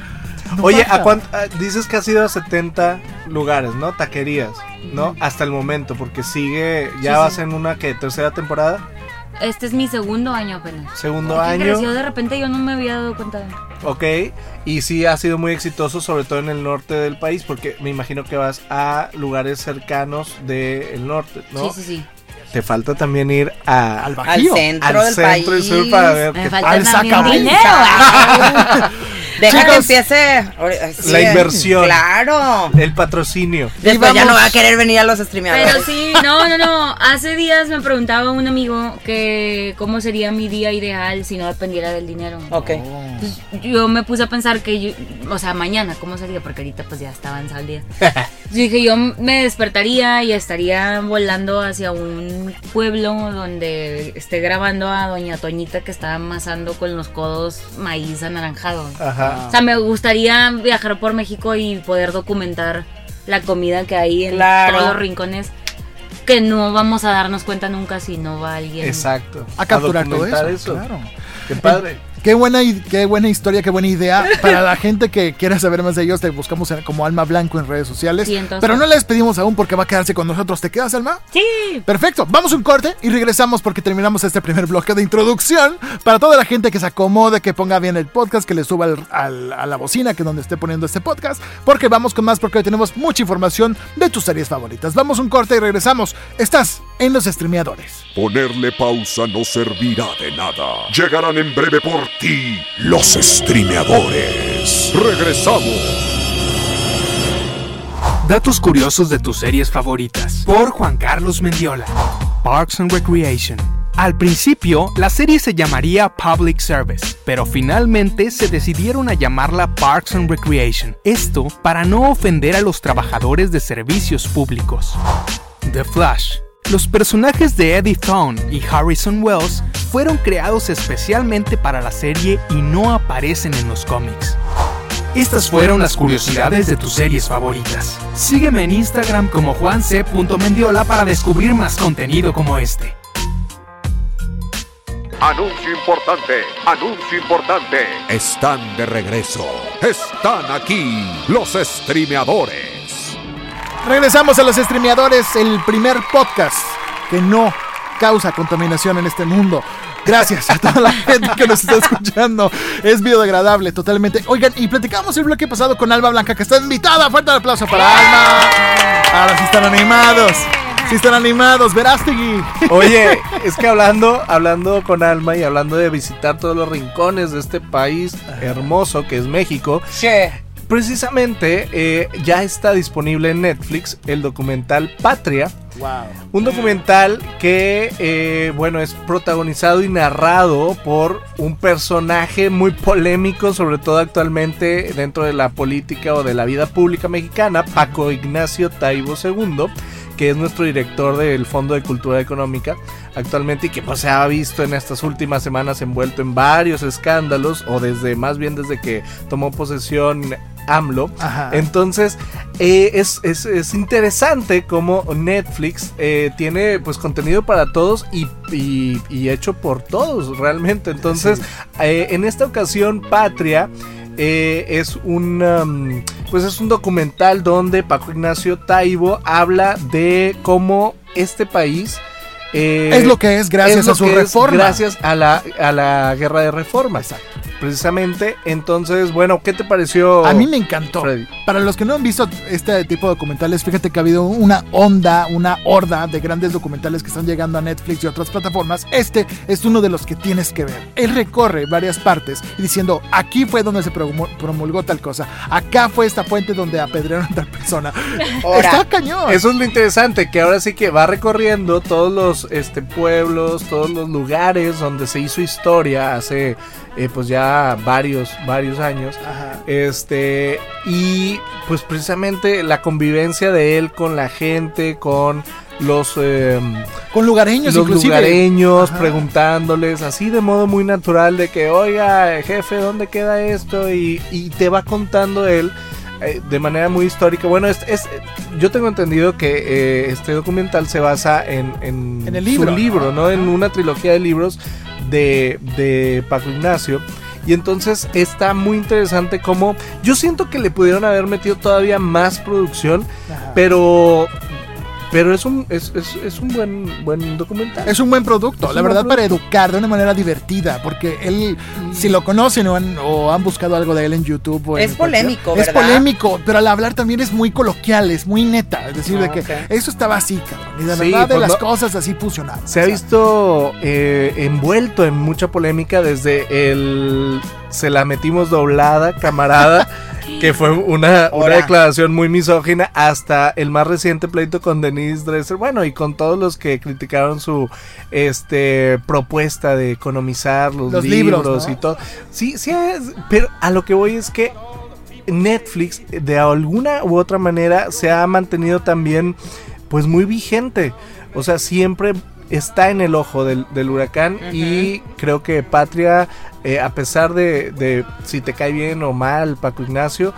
[SPEAKER 2] No
[SPEAKER 3] Oye,
[SPEAKER 2] baja.
[SPEAKER 3] ¿a cuánto, a- dices que has ido a 70 lugares, ¿no? Taquerías, ¿no? Hasta el momento, porque sigue, ya
[SPEAKER 5] Sí,
[SPEAKER 3] vas
[SPEAKER 5] sí.
[SPEAKER 3] en una que tercera temporada,
[SPEAKER 5] Este es mi segundo año apenas.
[SPEAKER 3] segundo
[SPEAKER 5] Porque
[SPEAKER 3] año,
[SPEAKER 5] creció de repente yo no me había dado cuenta.
[SPEAKER 3] ok, y sí ha sido muy exitoso, sobre todo en el norte del país, porque me imagino que vas a lugares cercanos del norte, ¿no?
[SPEAKER 5] Sí, sí, sí.
[SPEAKER 3] Te falta también ir a,
[SPEAKER 2] Al
[SPEAKER 3] al,
[SPEAKER 4] Al
[SPEAKER 2] bajío.
[SPEAKER 4] centro del
[SPEAKER 3] centro
[SPEAKER 4] país.
[SPEAKER 3] y sur para ver
[SPEAKER 5] Me
[SPEAKER 3] qué
[SPEAKER 5] falta
[SPEAKER 2] al
[SPEAKER 5] también
[SPEAKER 2] Zacabuza.
[SPEAKER 5] dinero. ah.
[SPEAKER 4] Deja
[SPEAKER 2] Chicos.
[SPEAKER 4] que empiece. Ay, sí,
[SPEAKER 3] La inversión.
[SPEAKER 4] Claro.
[SPEAKER 3] el patrocinio.
[SPEAKER 4] Después ya no
[SPEAKER 2] vamos.
[SPEAKER 4] va a querer venir a los streameadores.
[SPEAKER 5] Pero sí, no, no, no. Hace días me preguntaba un amigo que cómo sería mi día ideal si no dependiera del dinero.
[SPEAKER 4] Ok.
[SPEAKER 5] Entonces, yo me puse a pensar que yo, o sea, mañana, ¿cómo sería? Porque ahorita pues ya está avanzado el día. Yo dije, yo me despertaría y estaría volando hacia un pueblo donde esté grabando a doña Toñita que está amasando con los codos maíz anaranjado.
[SPEAKER 3] Ajá.
[SPEAKER 5] O sea, me gustaría viajar por México y poder documentar la comida que hay en
[SPEAKER 4] Claro.
[SPEAKER 5] todos los rincones que no vamos a darnos cuenta nunca si no va alguien.
[SPEAKER 3] Exacto.
[SPEAKER 2] A capturar todo eso.
[SPEAKER 3] documentar
[SPEAKER 2] Claro.
[SPEAKER 3] Qué padre.
[SPEAKER 2] Qué buena, i- qué buena historia, qué buena idea. Para la gente que quiera saber más de ellos, te buscamos en- como Alma Blanco en redes sociales.
[SPEAKER 5] Sí, entonces.
[SPEAKER 2] Pero no les pedimos aún porque va a quedarse con nosotros. ¿Te quedas, Alma?
[SPEAKER 5] Sí.
[SPEAKER 2] Perfecto, vamos a un corte y regresamos porque terminamos este primer bloque de introducción. Para toda la gente que se acomode, que ponga bien el podcast, que le suba al- al- a la bocina, que es donde esté poniendo este podcast, porque vamos con más, porque hoy tenemos mucha información de tus series favoritas. Vamos a un corte y regresamos. Estás en los streameadores.
[SPEAKER 1] Ponerle pausa no servirá de nada. Llegarán en breve por ti los streameadores. Regresamos.
[SPEAKER 6] Datos curiosos de tus series favoritas. Por Juan Carlos Mendiola. Parks and Recreation. Al principio, la serie se llamaría Public Service, pero finalmente se decidieron a llamarla Parks and Recreation. Esto para no ofender a los trabajadores de servicios públicos. The Flash. Los personajes de Eddie Thawne y Harrison Wells fueron creados especialmente para la serie y no aparecen en los cómics. Estas fueron las curiosidades de tus series favoritas. Sígueme en Instagram como juanc.mendiola para descubrir más contenido como este.
[SPEAKER 7] Anuncio importante, anuncio importante.
[SPEAKER 1] Están de regreso. Están aquí los streameadores.
[SPEAKER 2] Regresamos a los streameadores, el primer podcast que no causa contaminación en este mundo. Gracias a toda la gente que nos está escuchando. Es biodegradable totalmente. Oigan, y platicamos el bloque pasado con Alba Blanca, que está invitada. Fuerte el aplauso para Alba. Ahora sí están animados. Sí están animados, Verástegui.
[SPEAKER 3] Oye, es que hablando, hablando con Alma y hablando de visitar todos los rincones de este país hermoso que es México,
[SPEAKER 4] Che.
[SPEAKER 3] precisamente eh, ya está disponible en Netflix el documental Patria. Un documental que, eh, bueno, es protagonizado y narrado por un personaje muy polémico, sobre todo actualmente dentro de la política o de la vida pública mexicana, Paco Ignacio Taibo II, que es nuestro director del Fondo de Cultura Económica actualmente y que pues, se ha visto en estas últimas semanas envuelto en varios escándalos, o desde, más bien desde que tomó posesión AMLO.
[SPEAKER 2] Ajá.
[SPEAKER 3] Entonces, eh, es, es- es interesante cómo Netflix eh, tiene pues contenido para todos y, y- y hecho por todos realmente. Entonces, eh, en esta ocasión, Patria. eh, es un um, pues es un documental donde Paco Ignacio Taibo habla de cómo este país eh,
[SPEAKER 2] es lo que es gracias
[SPEAKER 3] es lo
[SPEAKER 2] a su
[SPEAKER 3] que es
[SPEAKER 2] reforma.
[SPEAKER 3] Gracias a la, a la guerra de reforma. Precisamente. Entonces, bueno, ¿qué te pareció?
[SPEAKER 2] A mí me encantó.
[SPEAKER 3] Oh, Freddy.
[SPEAKER 2] Para los que no han visto este tipo de documentales, fíjate que ha habido una onda, una horda de grandes documentales que están llegando a Netflix y otras plataformas. Este es uno de los que tienes que ver. Él recorre varias partes y diciendo, aquí fue donde se promul- promulgó tal cosa, acá fue esta fuente donde apedrearon a tal persona.
[SPEAKER 4] Ahora,
[SPEAKER 2] Está cañón.
[SPEAKER 3] Eso es lo interesante, que ahora sí que va recorriendo todos los este, pueblos, todos los lugares donde se hizo historia hace eh, pues ya varios, varios años.
[SPEAKER 2] Ajá.
[SPEAKER 3] Este, y pues precisamente la convivencia de él con la gente, con los, em,
[SPEAKER 2] Con lugareños
[SPEAKER 3] los
[SPEAKER 2] inclusive.
[SPEAKER 3] lugareños,
[SPEAKER 2] Ajá.
[SPEAKER 3] preguntándoles así de modo muy natural de que, oiga, jefe, ¿dónde queda esto? Y, y te va contando él eh, de manera muy histórica. Bueno, es, es- yo tengo entendido que eh, este documental se basa en, en,
[SPEAKER 2] En el
[SPEAKER 3] su
[SPEAKER 2] libro, ¿no?
[SPEAKER 3] libro, ¿no? En una trilogía de libros de, de Paco Ignacio. Y entonces está muy interesante como yo siento que le pudieron haber metido todavía más producción,
[SPEAKER 2] Ajá.
[SPEAKER 3] pero pero es un es, es- es un buen buen documental.
[SPEAKER 2] Es un buen producto,
[SPEAKER 3] Es
[SPEAKER 2] la
[SPEAKER 3] un
[SPEAKER 2] verdad,
[SPEAKER 3] buen Mm.
[SPEAKER 2] para educar de una manera divertida, porque él, si lo conocen o han, o han buscado algo de él en YouTube. o en
[SPEAKER 4] Es polémico,
[SPEAKER 2] cualquier-
[SPEAKER 4] ¿verdad?
[SPEAKER 2] Es polémico, pero al hablar también es muy coloquial, es muy neta. Es decir,
[SPEAKER 4] Ah,
[SPEAKER 2] de que
[SPEAKER 4] ok.
[SPEAKER 2] eso estaba así, cabrón. Y de
[SPEAKER 3] Sí,
[SPEAKER 2] verdad, de
[SPEAKER 3] pues
[SPEAKER 2] las
[SPEAKER 3] no-
[SPEAKER 2] cosas así fusionadas.
[SPEAKER 3] Se ha
[SPEAKER 2] o sea.
[SPEAKER 3] visto eh, envuelto en mucha polémica desde el se la metimos doblada, camarada, que fue una, una
[SPEAKER 4] Ahora.
[SPEAKER 3] declaración muy misógina, hasta el más reciente pleito con Denise Dresser, bueno, y con todos los que criticaron su este propuesta de economizar los,
[SPEAKER 2] Los libros,
[SPEAKER 3] libros,
[SPEAKER 2] ¿no?
[SPEAKER 3] y todo. Sí, sí, es- pero a lo que voy es que Netflix de alguna u otra manera se ha mantenido también pues muy vigente. O sea, siempre está en el ojo del, del huracán y creo que Patria, eh, a pesar de, de si te cae bien o mal Paco Ignacio,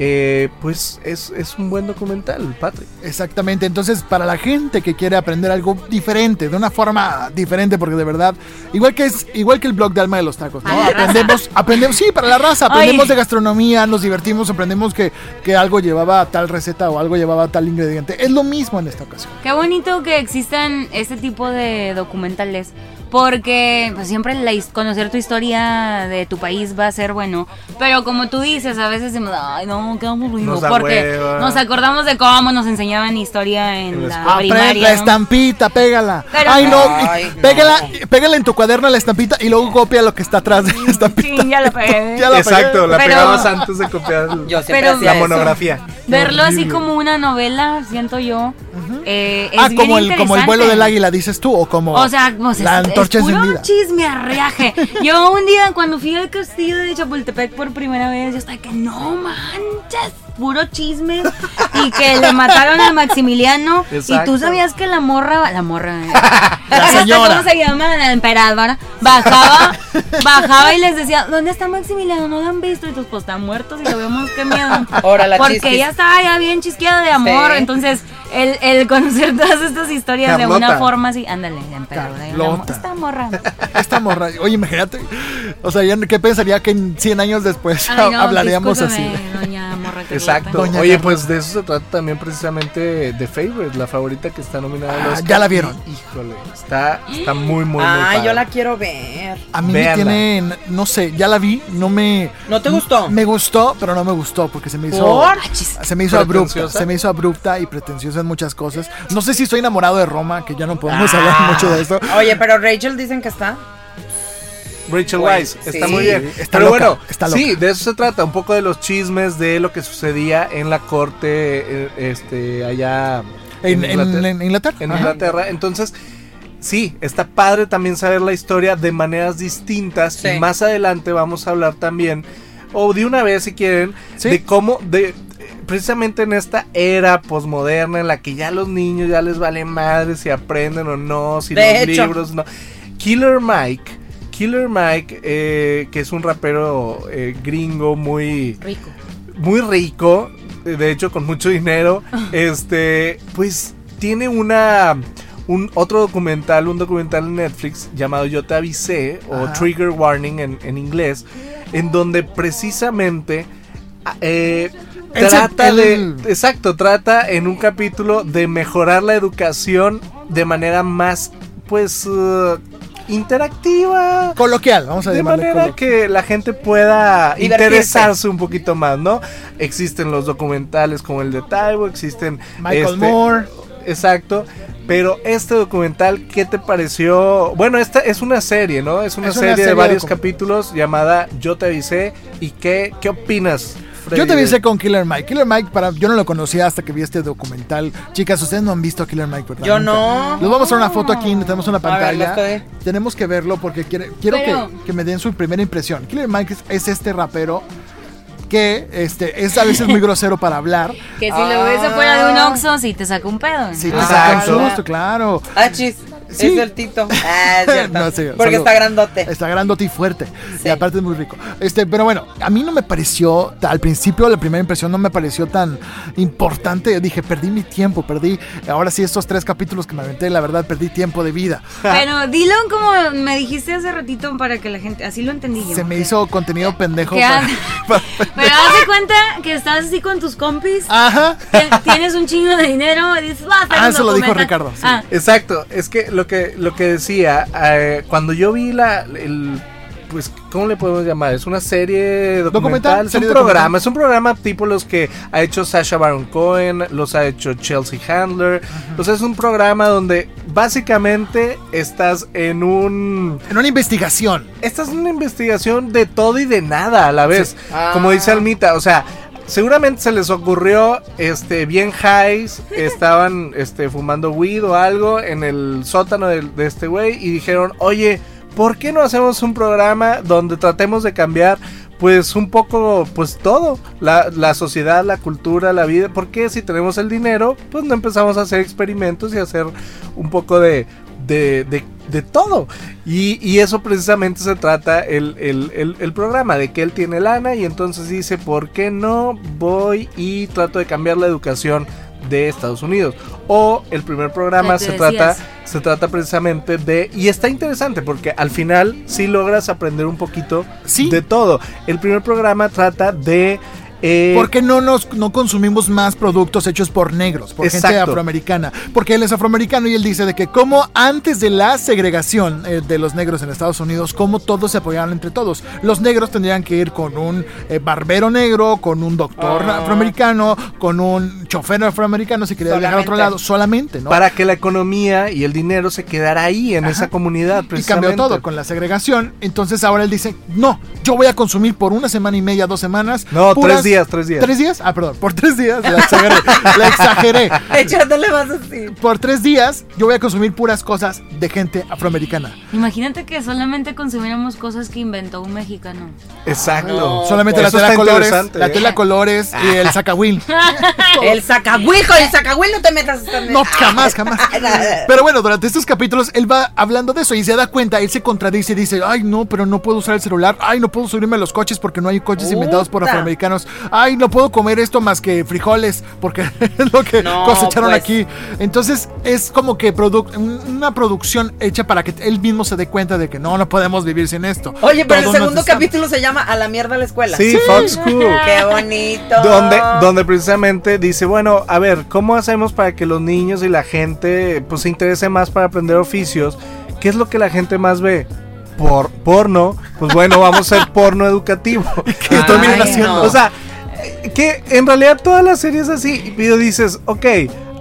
[SPEAKER 3] eh, pues es, es un buen documental, Patria.
[SPEAKER 2] Exactamente, entonces para la gente que quiere aprender algo diferente, de una forma diferente, porque de verdad, igual que es, igual que el blog de Alma de los Tacos, ¿no?
[SPEAKER 5] Para la raza.
[SPEAKER 2] Aprendemos, aprendemos, sí, para la raza, aprendemos
[SPEAKER 5] Ay.
[SPEAKER 2] de gastronomía, nos divertimos, aprendemos que, que algo llevaba tal receta o algo llevaba tal ingrediente. Es lo mismo en esta ocasión.
[SPEAKER 5] Qué bonito que existan este tipo de documentales. Porque pues, siempre la his- conocer tu historia de tu país va a ser bueno. Pero como tú dices, a veces decimos, ay, no, qué aburrido.
[SPEAKER 3] Nos da
[SPEAKER 5] Porque
[SPEAKER 3] hueva.
[SPEAKER 5] nos acordamos de cómo nos enseñaban historia en,
[SPEAKER 3] En la
[SPEAKER 5] la,
[SPEAKER 3] escuela.
[SPEAKER 2] Aprende
[SPEAKER 5] primaria.
[SPEAKER 2] la
[SPEAKER 5] ¿no?
[SPEAKER 2] estampita, pégala.
[SPEAKER 5] Pero-
[SPEAKER 2] Ay, no,
[SPEAKER 4] Ay, no.
[SPEAKER 2] pégala, pégala en tu cuaderno la estampita y luego copia lo que está atrás de la estampita.
[SPEAKER 5] Chin, ya la pegué.
[SPEAKER 2] Ya la
[SPEAKER 3] Exacto, la
[SPEAKER 5] Pero-
[SPEAKER 3] pegabas antes de copiar el-
[SPEAKER 4] Yo siempre
[SPEAKER 5] Pero-
[SPEAKER 4] hacía
[SPEAKER 3] la
[SPEAKER 4] eso.
[SPEAKER 3] monografía.
[SPEAKER 5] Verlo así
[SPEAKER 3] Horrible.
[SPEAKER 5] como una novela, siento yo. eh, es
[SPEAKER 2] Ah,
[SPEAKER 5] bien
[SPEAKER 2] como el, como el vuelo
[SPEAKER 5] interesante.
[SPEAKER 2] del águila, dices tú, o como
[SPEAKER 5] O sea, pues
[SPEAKER 2] la
[SPEAKER 5] es,
[SPEAKER 2] antorcha
[SPEAKER 5] es puro
[SPEAKER 2] encendida.
[SPEAKER 5] chismearreaje. Yo un día cuando fui al castillo de Chapultepec por primera vez, yo estaba que no manches, puro chisme y que le mataron al Maximiliano y tú
[SPEAKER 3] Exacto.
[SPEAKER 5] sabías que la morra, la morra, eh, no sé
[SPEAKER 2] señora.
[SPEAKER 5] ¿Cómo se llama? La emperadora. Bajaba, bajaba y les decía, ¿dónde está Maximiliano? No lo han visto y tus pues están muertos y lo vemos, qué miedo.
[SPEAKER 4] Ahora la
[SPEAKER 5] Porque
[SPEAKER 4] chisquis.
[SPEAKER 5] ella estaba ya bien chisqueada de amor,
[SPEAKER 4] Sí.
[SPEAKER 5] entonces el, el conocer todas estas historias de
[SPEAKER 3] Carlota.
[SPEAKER 5] una forma así. Ándale, ya empezó. de una mo-
[SPEAKER 2] Carlota.
[SPEAKER 5] Esta morra.
[SPEAKER 2] Esta morra, oye, imagínate. O sea, ya- ¿qué pensaría que en 100 años después
[SPEAKER 5] Ay, no,
[SPEAKER 2] hablaríamos así?
[SPEAKER 5] discúlpame, Doña morra Carlota.
[SPEAKER 3] Exacto.
[SPEAKER 2] Doña
[SPEAKER 3] Oye,
[SPEAKER 2] Carlota.
[SPEAKER 3] pues de eso se trata también precisamente de Favorite, la favorita que está nominada a
[SPEAKER 2] Ah,
[SPEAKER 3] los.
[SPEAKER 2] ya la vieron.
[SPEAKER 3] Híjole, está, está muy, muy, muy
[SPEAKER 4] Ah,
[SPEAKER 3] padre.
[SPEAKER 4] yo la quiero ver.
[SPEAKER 2] A mí me
[SPEAKER 3] Véanla.
[SPEAKER 2] tiene, no sé, ya la vi, no me...
[SPEAKER 4] ¿No te gustó?
[SPEAKER 2] Me gustó, pero no me gustó porque se me hizo...
[SPEAKER 4] ¿Por?
[SPEAKER 5] Ah, chis.
[SPEAKER 2] Se me hizo abrupta,
[SPEAKER 3] ¿Pretenciosa?
[SPEAKER 2] se me hizo abrupta y pretenciosa en muchas cosas. No sé si estoy enamorado de Roma, que ya no podemos
[SPEAKER 3] Ah.
[SPEAKER 2] hablar mucho de eso.
[SPEAKER 4] Oye, pero Rachel dicen que está.
[SPEAKER 3] Rachel
[SPEAKER 4] Pues,
[SPEAKER 3] Weisz, está
[SPEAKER 4] sí.
[SPEAKER 3] muy bien.
[SPEAKER 2] Está
[SPEAKER 3] Pero
[SPEAKER 2] loca,
[SPEAKER 3] bueno,
[SPEAKER 2] está loca.
[SPEAKER 3] sí, de eso se trata, un poco de los chismes de lo que sucedía en la corte, eh, este, allá
[SPEAKER 2] En, en- en Inglaterra.
[SPEAKER 3] en
[SPEAKER 2] Ajá.
[SPEAKER 3] Inglaterra. Entonces, sí, está padre también saber la historia de maneras distintas.
[SPEAKER 4] Sí.
[SPEAKER 3] Y más adelante vamos a hablar también, o de una vez si quieren,
[SPEAKER 2] Sí.
[SPEAKER 3] de cómo, de precisamente en esta era posmoderna en la que ya los niños ya les vale madre si aprenden o no, si
[SPEAKER 4] De
[SPEAKER 3] los
[SPEAKER 4] hecho.
[SPEAKER 3] libros no. Killer Mike. Killer Mike, eh, que es un rapero eh, gringo muy
[SPEAKER 5] Rico.
[SPEAKER 3] muy rico, de hecho con mucho dinero, este, pues tiene una un otro documental, un documental en Netflix llamado Yo te avisé o
[SPEAKER 2] Ajá.
[SPEAKER 3] Trigger Warning en, en inglés, en donde precisamente a- eh,
[SPEAKER 2] Él se-
[SPEAKER 3] trata
[SPEAKER 2] él-
[SPEAKER 3] de exacto, trata en un capítulo de mejorar la educación de manera más pues eh, interactiva
[SPEAKER 2] Coloquial, vamos a
[SPEAKER 3] de
[SPEAKER 2] llamarle
[SPEAKER 3] manera
[SPEAKER 2] coloquial.
[SPEAKER 3] que la gente pueda
[SPEAKER 4] Divertirse.
[SPEAKER 3] interesarse un poquito más, ¿no? Existen los documentales como el de Taibo, existen
[SPEAKER 2] Michael
[SPEAKER 3] este-
[SPEAKER 2] Moore.
[SPEAKER 3] exacto. Pero este documental, ¿qué te pareció? Bueno, esta es una serie, ¿no? Es una,
[SPEAKER 2] Es una
[SPEAKER 3] serie,
[SPEAKER 2] serie
[SPEAKER 3] de varios
[SPEAKER 2] docu-
[SPEAKER 3] capítulos llamada Yo te avisé y qué qué opinas. Freddy,
[SPEAKER 2] Yo te
[SPEAKER 3] de-
[SPEAKER 2] vi con Killer Mike. Killer Mike, para, yo no lo conocía hasta que vi este documental. Chicas, ustedes no han visto a Killer Mike, ¿verdad?
[SPEAKER 4] Yo
[SPEAKER 2] Nunca.
[SPEAKER 4] no.
[SPEAKER 2] Les vamos a hacer una foto aquí, tenemos una
[SPEAKER 4] A ver,
[SPEAKER 2] pantalla.
[SPEAKER 4] la estoy-
[SPEAKER 2] Tenemos que verlo porque quiere- quiero
[SPEAKER 5] Pero-
[SPEAKER 2] que, que me den su primera impresión. Killer Mike es, es este rapero que este, es a veces muy grosero para hablar.
[SPEAKER 5] Que si lo ves afuera de un Oxxo, sí te saca un pedo.
[SPEAKER 2] Sí, te
[SPEAKER 3] Ah,
[SPEAKER 2] saca un
[SPEAKER 3] claro.
[SPEAKER 2] susto, claro.
[SPEAKER 4] Ah, chis.
[SPEAKER 2] Sí.
[SPEAKER 4] Es del Tito. Ah, es cierto.
[SPEAKER 2] No, sí,
[SPEAKER 4] Porque
[SPEAKER 2] solo-
[SPEAKER 4] está grandote.
[SPEAKER 2] Está grandote y fuerte.
[SPEAKER 4] Sí.
[SPEAKER 2] Y aparte es muy rico. Este, pero bueno, a mí no me pareció, al principio la primera impresión no me pareció tan importante. Yo dije, perdí mi tiempo, perdí. Ahora sí, estos tres capítulos que me aventé, la verdad, perdí tiempo de vida.
[SPEAKER 5] Pero dilo como me dijiste hace ratito para que la gente. Así lo entendí yo.
[SPEAKER 2] Se me
[SPEAKER 5] que-
[SPEAKER 2] hizo contenido pendejo.
[SPEAKER 5] que
[SPEAKER 2] para-
[SPEAKER 5] haz-
[SPEAKER 2] para-
[SPEAKER 5] Pero haz de cuenta que estás así con tus compis.
[SPEAKER 2] Ajá.
[SPEAKER 5] te- Tienes un chingo de dinero. y Dices, "Va a hacer
[SPEAKER 2] Ah,
[SPEAKER 5] un
[SPEAKER 2] eso lo dijo
[SPEAKER 5] documental".
[SPEAKER 2] Ricardo, sí.
[SPEAKER 5] Ah,
[SPEAKER 3] Exacto, es que lo que lo que decía eh, cuando yo vi la el pues cómo le podemos llamar es una serie documental,
[SPEAKER 2] Documental,
[SPEAKER 3] es
[SPEAKER 2] serie
[SPEAKER 3] un
[SPEAKER 2] documental.
[SPEAKER 3] programa es un programa tipo los que ha hecho Sasha Baron Cohen los ha hecho Chelsea Handler o sea es un programa donde básicamente estás en un
[SPEAKER 2] En una investigación.
[SPEAKER 3] esta es una investigación de todo y de nada a la vez.
[SPEAKER 4] Ah.
[SPEAKER 3] Como dice Almita, o sea, seguramente se les ocurrió este bien highs, estaban este fumando weed o algo en el sótano del- de, este güey y dijeron, "Oye, ¿por qué no hacemos un programa donde tratemos de cambiar pues un poco, pues todo, la, la sociedad, la cultura, la vida, porque si tenemos el dinero, pues no empezamos a hacer experimentos y a hacer un poco de, de, de- de todo. Y, y eso precisamente se trata el, el- el- el programa, de que él tiene lana y entonces dice, ¿por qué no voy y trato de cambiar la educación de Estados Unidos? O el primer programa
[SPEAKER 5] Que
[SPEAKER 3] se
[SPEAKER 5] te
[SPEAKER 3] trata,
[SPEAKER 5] decías.
[SPEAKER 3] se trata precisamente de... Y está interesante porque al final sí logras aprender un poquito
[SPEAKER 2] Sí.
[SPEAKER 3] de todo. El primer programa trata de... eh,
[SPEAKER 2] ¿Por qué no, nos, no consumimos más productos hechos por negros, por gente
[SPEAKER 3] Exacto.
[SPEAKER 2] afroamericana? Porque él es afroamericano y él dice de que como antes de la segregación eh, de los negros en Estados Unidos, como todos se apoyaban entre todos. Los negros tendrían que ir con un eh, barbero negro, con un doctor
[SPEAKER 3] Ah.
[SPEAKER 2] afroamericano, con un chofer afroamericano si quería viajar a otro
[SPEAKER 4] Solamente.
[SPEAKER 2] lado, solamente, ¿no?
[SPEAKER 3] Para que la economía y el dinero se quedara ahí, en esa comunidad.
[SPEAKER 2] y cambió
[SPEAKER 3] precisamente.
[SPEAKER 2] todo con la segregación. Entonces ahora él dice, no, yo voy a consumir por una semana y media, dos semanas.
[SPEAKER 3] No,
[SPEAKER 2] puras-
[SPEAKER 3] tres días, tres días.
[SPEAKER 2] ¿Tres días? Ah, perdón, por tres días. La exageré. la exageré.
[SPEAKER 4] Echándole más así.
[SPEAKER 2] Por tres días yo voy a consumir puras cosas de gente afroamericana.
[SPEAKER 5] Imagínate que solamente consumiéramos cosas que inventó un mexicano.
[SPEAKER 3] Exacto.
[SPEAKER 2] Solamente la
[SPEAKER 3] Oh, Eso
[SPEAKER 2] tela
[SPEAKER 3] está
[SPEAKER 2] colores,
[SPEAKER 3] interesante,
[SPEAKER 2] la
[SPEAKER 3] ¿eh?
[SPEAKER 2] tela colores y el sacahuil.
[SPEAKER 4] El sacahuil, con el sacahuil no te metas. esta-
[SPEAKER 2] No, jamás, jamás. Pero bueno, durante estos capítulos él va hablando de eso y se da cuenta, él se contradice y dice, ay no, pero no puedo usar el celular, ay no puedo subirme a los coches porque no hay coches inventados por
[SPEAKER 4] Puta.
[SPEAKER 2] afroamericanos. ay, no puedo comer esto más que frijoles, porque es lo que
[SPEAKER 4] No,
[SPEAKER 2] cosecharon
[SPEAKER 4] pues.
[SPEAKER 2] aquí. Entonces es como que produc- una producción hecha para que él mismo se dé cuenta de que no, no podemos vivir sin esto.
[SPEAKER 4] Oye,
[SPEAKER 2] Todo
[SPEAKER 4] pero el
[SPEAKER 2] nos
[SPEAKER 4] segundo
[SPEAKER 2] está-
[SPEAKER 4] capítulo se llama A la mierda la escuela.
[SPEAKER 3] Sí, Fox Cool.
[SPEAKER 4] Qué bonito.
[SPEAKER 3] Donde, donde precisamente dice, bueno, a ver, ¿cómo hacemos para que los niños y la gente pues, se interese más para aprender oficios? ¿Qué es lo que la gente más ve? Por, porno. Pues bueno, vamos a hacer porno educativo.
[SPEAKER 2] Que terminan
[SPEAKER 4] Ay,
[SPEAKER 2] haciendo.
[SPEAKER 4] no.
[SPEAKER 3] O sea, que en realidad todas las series así, pero dices, ok,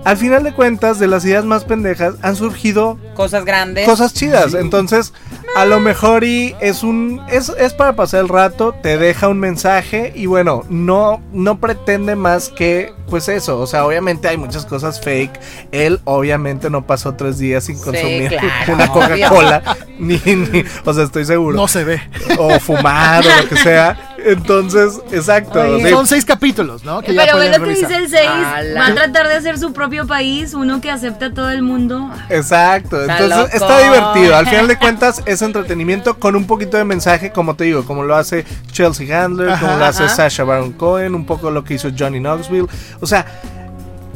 [SPEAKER 3] al final de cuentas, de las ideas más pendejas han surgido
[SPEAKER 4] Cosas grandes.
[SPEAKER 3] cosas chidas. Entonces, a lo mejor y es un es, es para pasar el rato, te deja un mensaje y bueno, no no pretende más que pues eso, o sea, obviamente hay muchas cosas fake. Él obviamente no pasó tres días sin consumir
[SPEAKER 4] claro,
[SPEAKER 3] una
[SPEAKER 4] obvio.
[SPEAKER 3] Coca-Cola ni, ni- o sea, estoy seguro.
[SPEAKER 2] no se ve.
[SPEAKER 3] o fumar o lo que sea. Entonces, exacto. sí.
[SPEAKER 2] Son seis capítulos, ¿no? Que ya
[SPEAKER 5] Pero ve
[SPEAKER 2] pueden
[SPEAKER 5] lo que
[SPEAKER 2] revisar.
[SPEAKER 5] dice el 6.
[SPEAKER 4] Ala.
[SPEAKER 5] Va a tratar de hacer su propio país, uno que acepta a todo el mundo.
[SPEAKER 3] Exacto,
[SPEAKER 4] Está
[SPEAKER 3] entonces
[SPEAKER 4] loco.
[SPEAKER 3] está divertido. Al final de cuentas es entretenimiento con un poquito de mensaje, como te digo, como lo hace Chelsea Handler, como lo hace Sasha Baron Cohen, un poco lo que hizo Johnny Knoxville. O sea,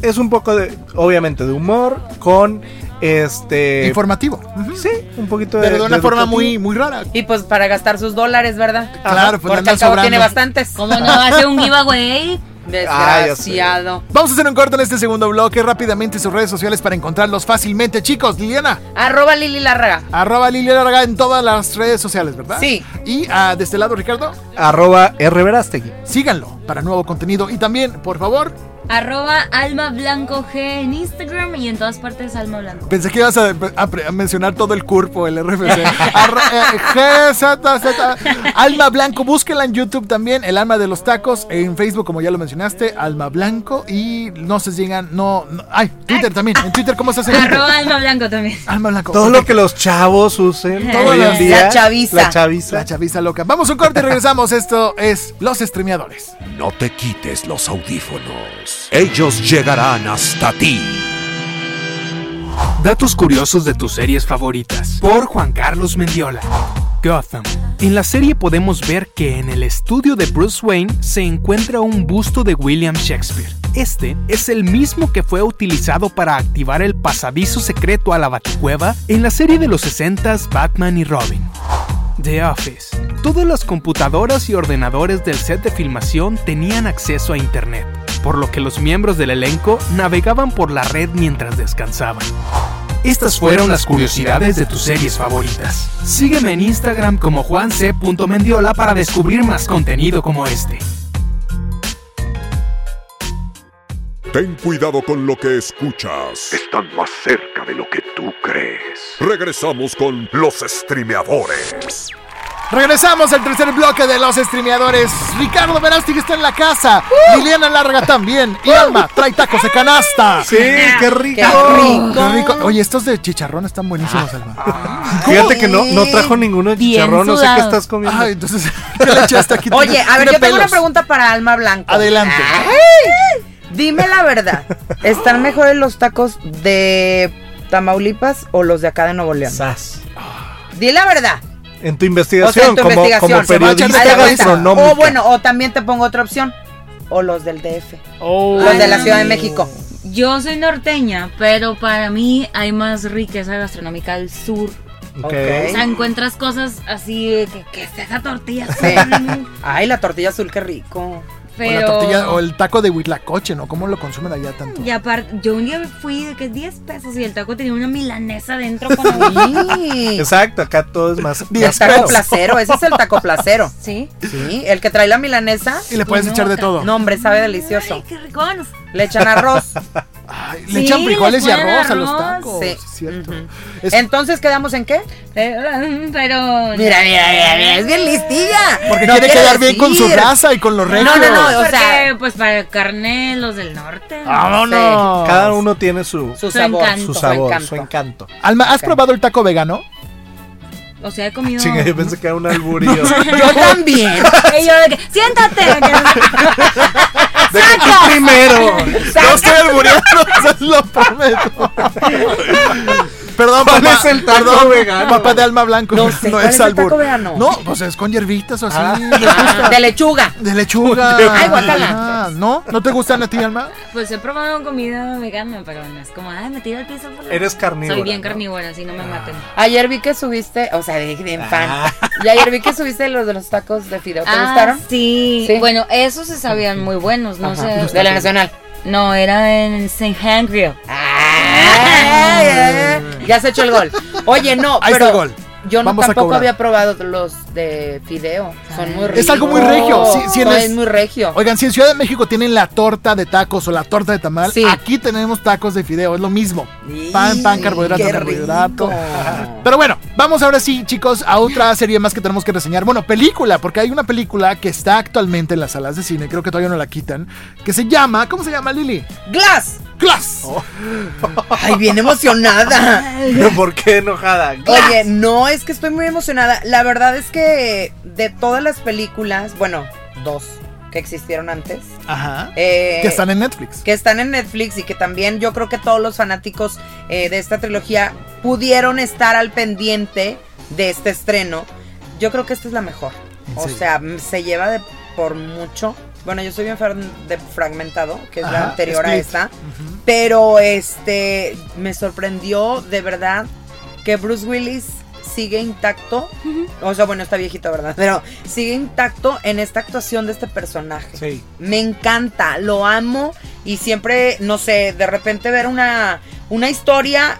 [SPEAKER 3] es un poco de, obviamente, de humor con este.
[SPEAKER 2] Informativo.
[SPEAKER 3] sí, un poquito de.
[SPEAKER 2] Pero de una forma
[SPEAKER 3] educativo.
[SPEAKER 2] muy, muy rara.
[SPEAKER 4] Y pues para gastar sus dólares, ¿verdad?
[SPEAKER 2] Claro, pues
[SPEAKER 4] Porque
[SPEAKER 2] andan
[SPEAKER 4] al cabo
[SPEAKER 2] sobrando.
[SPEAKER 4] tiene bastantes.
[SPEAKER 5] ¿Cómo no? Hace un giveaway.
[SPEAKER 3] Ah, ya sé.
[SPEAKER 4] Desgraciado.
[SPEAKER 2] Vamos a hacer un corte en este segundo bloque. Rápidamente sus redes sociales para encontrarlos fácilmente, chicos. Liliana,
[SPEAKER 4] Arroba Lili Larraga.
[SPEAKER 2] arroba Liliana Aragá en todas las redes sociales, ¿verdad?
[SPEAKER 4] Sí.
[SPEAKER 2] Y ah, de este lado, Ricardo,
[SPEAKER 3] Arroba R. Verástegui.
[SPEAKER 2] síganlo para nuevo contenido. Y también, por favor,
[SPEAKER 5] Arroba Alma Blanco G en Instagram y en todas partes Alma Blanco.
[SPEAKER 2] pensé que ibas a, a pre- a mencionar todo el cuerpo, el RFC. Arro- eh, GZZ. Alma Blanco, búsquela en YouTube también, El Alma de los Tacos. En Facebook, como ya lo mencionaste, Alma Blanco. Y no se llegan, no, no- Ay, Twitter también. En Twitter, ¿cómo se hace?
[SPEAKER 5] Arroba Alma Blanco también.
[SPEAKER 2] Alma Blanco.
[SPEAKER 3] Todo
[SPEAKER 2] ok.
[SPEAKER 3] lo que los chavos usen
[SPEAKER 2] Todo
[SPEAKER 3] hoy
[SPEAKER 2] lo-
[SPEAKER 3] en día.
[SPEAKER 4] La chaviza.
[SPEAKER 3] La chaviza.
[SPEAKER 2] La chaviza loca. Vamos a un corte y regresamos. Esto es Los Streameadores.
[SPEAKER 1] No te quites los audífonos. Ellos llegarán hasta ti.
[SPEAKER 6] Datos curiosos de tus series favoritas. Por Juan Carlos Mendiola. Gotham. En la serie podemos ver que en el estudio de Bruce Wayne se encuentra un busto de William Shakespeare. Este es el mismo que fue utilizado para activar el pasadizo secreto a la Baticueva en la serie de los 60s Batman y Robin. The Office. Todas las computadoras y ordenadores del set de filmación tenían acceso a Internet, por lo que los miembros del elenco navegaban por la red mientras descansaban. Estas fueron las curiosidades de tus series favoritas. Sígueme en Instagram como juanc.mendiola para descubrir más contenido como este.
[SPEAKER 1] Ten cuidado con lo que escuchas.
[SPEAKER 7] Están más cerca de lo que tú crees.
[SPEAKER 1] Regresamos con los streameadores.
[SPEAKER 2] Regresamos al tercer bloque de Los Streameadores. Ricardo Verástig está en la casa.
[SPEAKER 4] ¡Uh!
[SPEAKER 2] Liliana Larga también. Y Alma trae tacos de canasta.
[SPEAKER 3] Sí, qué rico.
[SPEAKER 4] Qué rico.
[SPEAKER 2] Qué rico. Oye, estos de chicharrón están buenísimos,
[SPEAKER 4] Ah,
[SPEAKER 2] Alma.
[SPEAKER 3] Fíjate que no, no trajo ninguno de
[SPEAKER 5] Bien
[SPEAKER 3] chicharrón, no sé qué
[SPEAKER 5] sudado.
[SPEAKER 3] estás comiendo.
[SPEAKER 2] Ay, entonces, ¿qué le echaste aquí?
[SPEAKER 4] ah. Oye, a ver,
[SPEAKER 2] Tiene
[SPEAKER 4] yo tengo una
[SPEAKER 2] pelos.
[SPEAKER 4] pregunta para Alma Blanco.
[SPEAKER 2] Adelante.
[SPEAKER 4] Ay, dime la verdad. ¿Están mejores los tacos de Tamaulipas o los de acá de Nuevo León?
[SPEAKER 3] Sas.
[SPEAKER 4] Di la verdad.
[SPEAKER 3] En tu
[SPEAKER 4] O sea,
[SPEAKER 3] investigación,
[SPEAKER 4] en tu
[SPEAKER 3] como,
[SPEAKER 4] investigación.
[SPEAKER 3] como
[SPEAKER 2] se va a echar
[SPEAKER 3] periodista
[SPEAKER 4] Haz de cuenta.
[SPEAKER 3] gastronómica.
[SPEAKER 4] O Oh, bueno, o también te pongo otra opción. O los del DF.
[SPEAKER 2] Oh.
[SPEAKER 4] Los de la
[SPEAKER 5] Ay.
[SPEAKER 4] Ciudad de México.
[SPEAKER 5] Yo soy norteña, pero para mí hay más riqueza gastronómica al sur.
[SPEAKER 3] Ok.
[SPEAKER 5] O
[SPEAKER 4] Ok.
[SPEAKER 5] sea, encuentras cosas así de que, ¿qué es esa tortilla?
[SPEAKER 4] Sí.
[SPEAKER 5] azul?
[SPEAKER 4] Ay, la tortilla azul, qué rico.
[SPEAKER 2] O
[SPEAKER 5] Pero...
[SPEAKER 2] la tortilla o el taco de huitlacoche, ¿no? ¿Cómo lo consumen allá tanto?
[SPEAKER 5] Y aparte, yo un día fui de que 10 pesos y el taco tenía una milanesa dentro con aguja.
[SPEAKER 4] Sí.
[SPEAKER 3] Exacto, acá todo es más.
[SPEAKER 2] Diez
[SPEAKER 4] El
[SPEAKER 3] más
[SPEAKER 4] taco
[SPEAKER 3] caro.
[SPEAKER 4] placero, ese es el taco placero.
[SPEAKER 5] ¿Sí?
[SPEAKER 4] Sí, el que trae la milanesa.
[SPEAKER 2] Y le puedes
[SPEAKER 5] no,
[SPEAKER 2] echar de
[SPEAKER 5] acá-
[SPEAKER 2] todo.
[SPEAKER 4] No, hombre, sabe
[SPEAKER 5] Mm, Ay,
[SPEAKER 4] delicioso.
[SPEAKER 5] qué ricón.
[SPEAKER 4] Le echan arroz.
[SPEAKER 2] Ay, le
[SPEAKER 5] Sí,
[SPEAKER 2] echan frijoles y
[SPEAKER 5] le ponen
[SPEAKER 2] arroz a los
[SPEAKER 5] arroz.
[SPEAKER 2] tacos.
[SPEAKER 4] Sí.
[SPEAKER 2] es cierto.
[SPEAKER 4] Ujú.
[SPEAKER 2] Es-
[SPEAKER 4] Entonces, ¿quedamos en qué?
[SPEAKER 5] Eh, Pero...
[SPEAKER 4] Mira, mira, mira, mira, es bien listilla.
[SPEAKER 2] Porque
[SPEAKER 4] No
[SPEAKER 2] quiere
[SPEAKER 4] quiere
[SPEAKER 2] quedar bien con su
[SPEAKER 4] decir.
[SPEAKER 2] raza y con los regios.
[SPEAKER 4] no, no, o
[SPEAKER 5] Porque,
[SPEAKER 4] sea-
[SPEAKER 5] pues para carne, los del norte.
[SPEAKER 4] Ah.
[SPEAKER 2] ¡Vámonos!
[SPEAKER 3] Cada uno tiene su,
[SPEAKER 4] Su
[SPEAKER 5] Su
[SPEAKER 4] sabor.
[SPEAKER 5] encanto.
[SPEAKER 3] su sabor,
[SPEAKER 4] encanto.
[SPEAKER 3] su encanto.
[SPEAKER 2] Alma, ¿has probado el taco vegano?
[SPEAKER 5] O sea, he comido...
[SPEAKER 3] Chinga, yo pensé que era un alburio.
[SPEAKER 4] Yo también.
[SPEAKER 5] Y yo de que, siéntate. que-
[SPEAKER 3] ¡De que tú primero!
[SPEAKER 2] No estoy albureando, se lo prometo. Perdón,
[SPEAKER 3] ¿Cuál
[SPEAKER 2] papá.
[SPEAKER 3] es el taco
[SPEAKER 2] perdón,
[SPEAKER 3] vegano?
[SPEAKER 2] Papá de alma blanco.
[SPEAKER 4] No sé, ¿cuál es el
[SPEAKER 2] albur.
[SPEAKER 4] taco vegano?
[SPEAKER 2] No, pues es con hierbitas o así.
[SPEAKER 3] Ah.
[SPEAKER 2] ¿no te gusta?
[SPEAKER 4] De lechuga.
[SPEAKER 2] De lechuga.
[SPEAKER 4] Ay, guacala.
[SPEAKER 2] Ah, ¿No? ¿No te gustan a ti, Alma?
[SPEAKER 5] Pues he probado comida vegana, pero no es como, ay, me tiro al piso. por la-
[SPEAKER 3] Eres carnívora,
[SPEAKER 5] Soy bien
[SPEAKER 3] ¿no?
[SPEAKER 5] carnívora, así no me maten.
[SPEAKER 4] Ayer vi que subiste, o sea, de, de en fan.
[SPEAKER 3] Ah.
[SPEAKER 4] Y ayer vi que subiste los de los tacos de fideo. ¿Te
[SPEAKER 5] Ah,
[SPEAKER 4] gustaron?
[SPEAKER 5] Sí.
[SPEAKER 4] Sí.
[SPEAKER 5] Bueno, esos se sabían muy buenos, no
[SPEAKER 4] Ajá.
[SPEAKER 5] sé.
[SPEAKER 4] de la Nacional.
[SPEAKER 5] No, era en St. Henry.
[SPEAKER 4] Ay, ay, ay. Ya se echó el gol. Oye, no,
[SPEAKER 2] Ahí está
[SPEAKER 4] pero
[SPEAKER 2] el gol.
[SPEAKER 4] yo no,
[SPEAKER 2] Vamos a
[SPEAKER 4] tampoco
[SPEAKER 2] cobrar.
[SPEAKER 4] había probado los de fideo. Son muy ricos.
[SPEAKER 2] Es algo muy regio. Sí, sí, en
[SPEAKER 4] Son-
[SPEAKER 2] es-
[SPEAKER 4] es muy regio.
[SPEAKER 2] Oigan, si en Ciudad de México tienen la torta de tacos o la torta de tamal,
[SPEAKER 4] Sí.
[SPEAKER 2] aquí tenemos tacos de fideo, es lo mismo.
[SPEAKER 4] Y-
[SPEAKER 2] Pan, pan, carbohidrato,
[SPEAKER 4] qué
[SPEAKER 2] carbohidrato.
[SPEAKER 4] rico.
[SPEAKER 2] Pero bueno, vamos ahora sí, chicos, a otra serie más que tenemos que reseñar. Bueno, película, porque hay una película que está actualmente en las salas de cine, creo que todavía no la quitan, que se llama, ¿cómo se llama, Lili?
[SPEAKER 4] Glass.
[SPEAKER 2] Glass.
[SPEAKER 4] Ay, bien emocionada.
[SPEAKER 3] ¿Pero por qué enojada?
[SPEAKER 4] Oye, no, es que estoy muy emocionada. La verdad es que de todas las películas, bueno, dos que existieron antes,
[SPEAKER 2] Ajá.
[SPEAKER 4] eh,
[SPEAKER 2] que están en Netflix.
[SPEAKER 4] que están en Netflix y que también yo creo que todos los fanáticos eh, de esta trilogía pudieron estar al pendiente de este estreno, yo creo que esta es la mejor. O
[SPEAKER 2] Sí.
[SPEAKER 4] sea, m- se lleva de por mucho. Bueno, yo soy bien fan de Fragmentado, que es la
[SPEAKER 2] Ajá,
[SPEAKER 4] anterior a
[SPEAKER 2] Split.
[SPEAKER 4] esta. Pero este me sorprendió de verdad que Bruce Willis sigue intacto. O sea, bueno, está viejito, ¿verdad? Pero sigue intacto en esta actuación de este personaje.
[SPEAKER 3] Sí.
[SPEAKER 4] Me encanta, lo amo y siempre, no sé, de repente ver una, una historia,